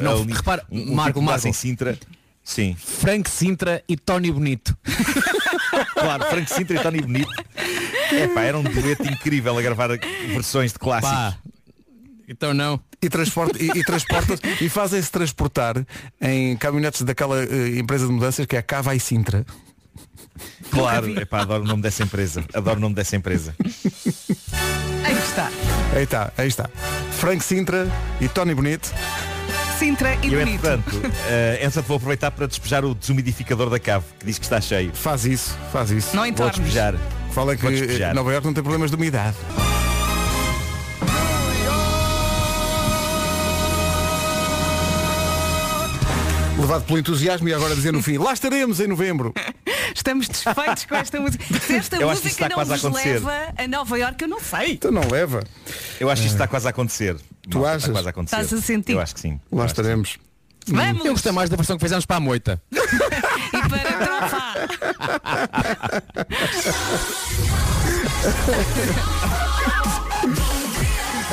S5: Não,
S15: a uni-
S5: repara,
S15: um, um
S5: Marco,
S15: tipo de
S5: Marco.
S15: Em Sintra. Sim.
S5: Frank Sintra e Tony Bonito.
S15: Claro, Frank Sintra e Tony Bonito. Epá, era um dueto incrível a gravar versões de clássicos.
S5: Então não.
S1: Assim, E, transporta, e, e transporta e fazem-se transportar em caminhonetes daquela eh, empresa de mudanças que é a Cava e Sintra.
S15: Claro, epá, adoro o nome dessa empresa. Adoro o nome dessa empresa.
S6: Aí está.
S1: Aí está, aí está. Frank Sintra e Tony Bonito.
S6: Sintra e
S15: E eu,
S6: bonito.
S15: entretanto, eh, essa vou aproveitar para despejar o desumidificador da cave, que diz que está cheio.
S1: Faz isso, faz isso.
S6: Não
S15: Vou
S6: entornes.
S15: despejar.
S1: Fala que
S15: Vou despejar.
S1: eh, Nova Iorque não tem problemas de umidade. Levado pelo entusiasmo e agora dizer no fim, lá estaremos em novembro.
S6: Estamos desfeitos com esta música. Se esta
S15: Eu acho que isso
S6: música
S15: está
S6: não
S15: quase a
S6: nos
S15: acontecer.
S6: leva a Nova Iorque, eu não sei.
S1: Então não leva.
S15: Eu acho que isto está quase a acontecer. Ah. Tu achas? Está quase a acontecer.
S6: Estás a sentir?
S15: Eu acho que sim.
S1: Lá estaremos.
S6: Vamos!
S5: Eu gostei mais da versão que fizemos para a moita.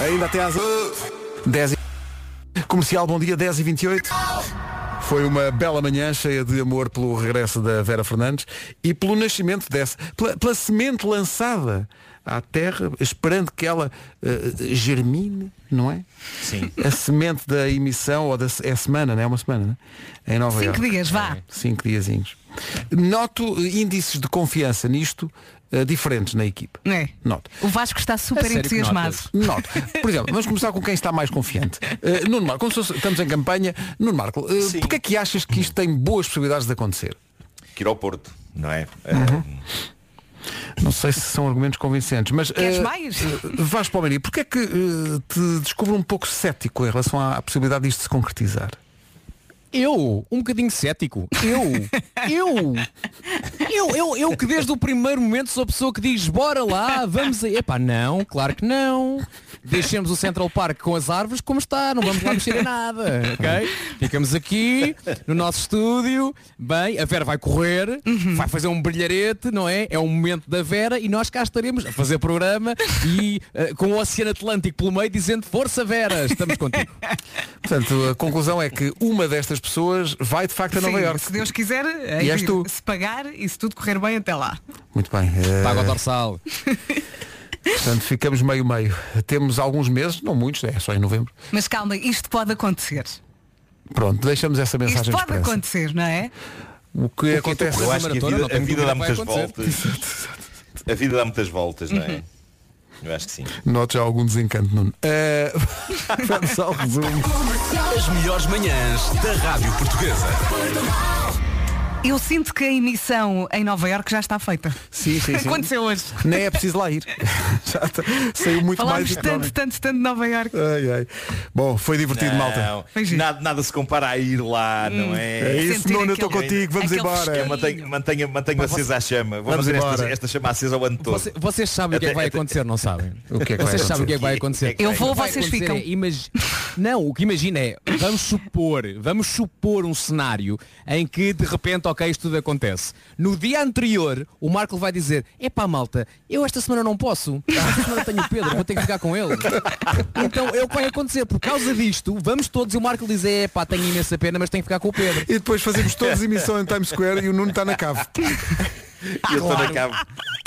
S1: Ainda até às 10 e... Comercial, bom dia, 10 e 28 Foi uma bela manhã cheia de amor pelo regresso da Vera Fernandes e pelo nascimento dessa, pela, pela semente lançada à terra, esperando que ela eh, germine, não é?
S15: Sim.
S1: A semente da emissão, ou da se- é semana, não é uma semana, não é? Em Nova
S6: Cinco
S1: Iorque.
S6: dias, vá.
S1: Cinco diazinhos. Noto eh, índices de confiança nisto eh, diferentes na equipa.
S6: Não é?
S1: Noto.
S6: O Vasco está super entusiasmado.
S1: Noto. Por exemplo, vamos começar com quem está mais confiante. Eh, Nuno Marco, como se fosse- estamos em campanha, Nuno Marco, uh, porquê é que achas que isto tem boas possibilidades de acontecer?
S15: Que ir ao Porto, não é?
S1: Não sei se são argumentos convincentes, mas
S6: Queres
S1: eh,
S6: mais?
S1: eh, Vasco Palmeirinho, porquê é que eh, te descubro um pouco cético em relação à à possibilidade disto se concretizar?
S5: Eu, um bocadinho cético. Eu, eu, eu, eu, eu que desde o primeiro momento sou a pessoa que diz bora lá, vamos aí. Epá, não, claro que não. Deixemos o Central Park com as árvores como está, não vamos lá mexer em nada, ok? Ficamos aqui no nosso estúdio. Bem, a Vera vai correr, vai fazer um brilharete, não é? É o momento da Vera e nós cá estaremos a fazer programa e eh, com o Oceano Atlântico pelo meio dizendo força Vera, estamos contigo.
S1: Portanto, a conclusão é que uma destas pessoas vai de facto a Nova
S6: Sim,
S1: Iorque.
S6: Se Deus quiser, aí
S1: és tu.
S6: se pagar e se tudo correr bem até lá.
S1: Muito bem. eh,
S5: Paga o dorsal.
S1: Portanto, ficamos meio-meio. Temos alguns meses, não muitos, é só em novembro.
S6: Mas calma, isto pode acontecer.
S1: Pronto, deixamos essa
S6: Isto
S1: mensagem
S6: pode
S1: expressa.
S6: acontecer, não é?
S1: O que acontece é
S15: Eu acho que a vida, a vida dá muitas voltas. a vida dá muitas voltas, não
S5: Uhum.
S15: é? Eu acho que sim.
S1: Note já algum desencanto, Nuno. Eh, Vamos ao resumo.
S8: As melhores manhãs da Rádio Portuguesa.
S6: Eu sinto que a emissão em Nova Iorque já está feita.
S1: Sim, sim, sim.
S6: Aconteceu hoje.
S1: Nem é preciso lá ir. Já tá- saiu muito
S6: Falámos
S1: mais
S6: tanto,
S1: económico.
S6: tanto, tanto de Nova Iorque.
S1: Ai, ai. Bom, foi divertido,
S15: Não,
S1: malta.
S15: Nada, nada se compara a ir lá,
S5: Hum.
S15: não é?
S1: É isso, Sentir Nuno, eu estou aquele- contigo, vamos aquele embora. fresquinho.
S15: Mantenha, mantenha, mantenha
S1: Mas
S15: acesa a chama. Vou
S1: Vamos
S15: manter esta,
S1: embora.
S15: esta chama acesa o ano todo.
S5: Você- vocês sabem o que é que
S15: Até-
S5: vai
S15: até-
S5: acontecer, não sabem?
S15: O que é que vai
S5: vocês sabem
S15: acontecer?
S5: o que é que vai acontecer.
S15: Eu vou,
S5: O que vai
S15: vocês
S5: acontecer
S6: Então-
S15: ficam.
S5: é, imagi- Não, o que imagina é, vamos supor, vamos supor um cenário em que de repente, ok, isto tudo acontece. No dia anterior, o Marco vai dizer, epá malta, eu esta semana não posso, esta semana tenho o Pedro, vou ter que ficar com ele. Então é o que vai acontecer, por causa disto, vamos todos e o Marco diz, epá, tenho imensa pena, mas tenho que ficar com o Pedro.
S1: E depois fazemos todos emissão em Times Square e o Nuno está na cave.
S6: Tá
S15: E eu estou na cave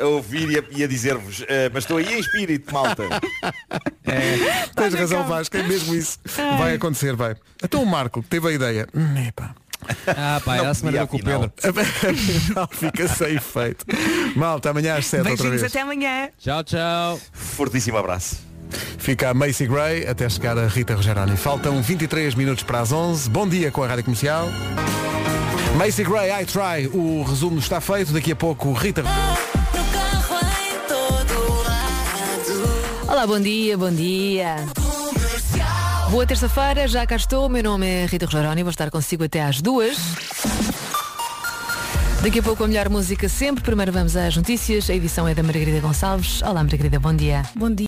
S15: a ouvir e a, e a dizer-vos, eh, mas estou aí em espírito, malta.
S1: Tens razão, Vasco, é mesmo isso.
S15: Ai.
S1: Vai acontecer, vai. Então o Marco que teve a ideia. Hum, epá.
S5: Ah, pá, era a semana do com o Pedro.
S1: Afinal, fica sem efeito. Malta, amanhã às 7 É outra
S6: Beijinhos
S1: vez.
S6: até amanhã.
S5: Tchau, tchau.
S15: Fortíssimo abraço.
S1: Fica a Macy Gray até chegar a Rita Rogeroni. Faltam 23 minutos para as 11. Bom dia com a Rádio Comercial. Macy Gray, I Try. O resumo está feito. Daqui a pouco, Rita.
S3: Olá, bom dia, bom dia. Boa terça-feira, já cá estou. Meu nome é Rita Rogeroni, vou estar consigo até às duas. Daqui a pouco a melhor música sempre. Primeiro vamos às notícias. A edição é da Margarida Gonçalves. Olá, Margarida, bom dia.
S30: Bom dia.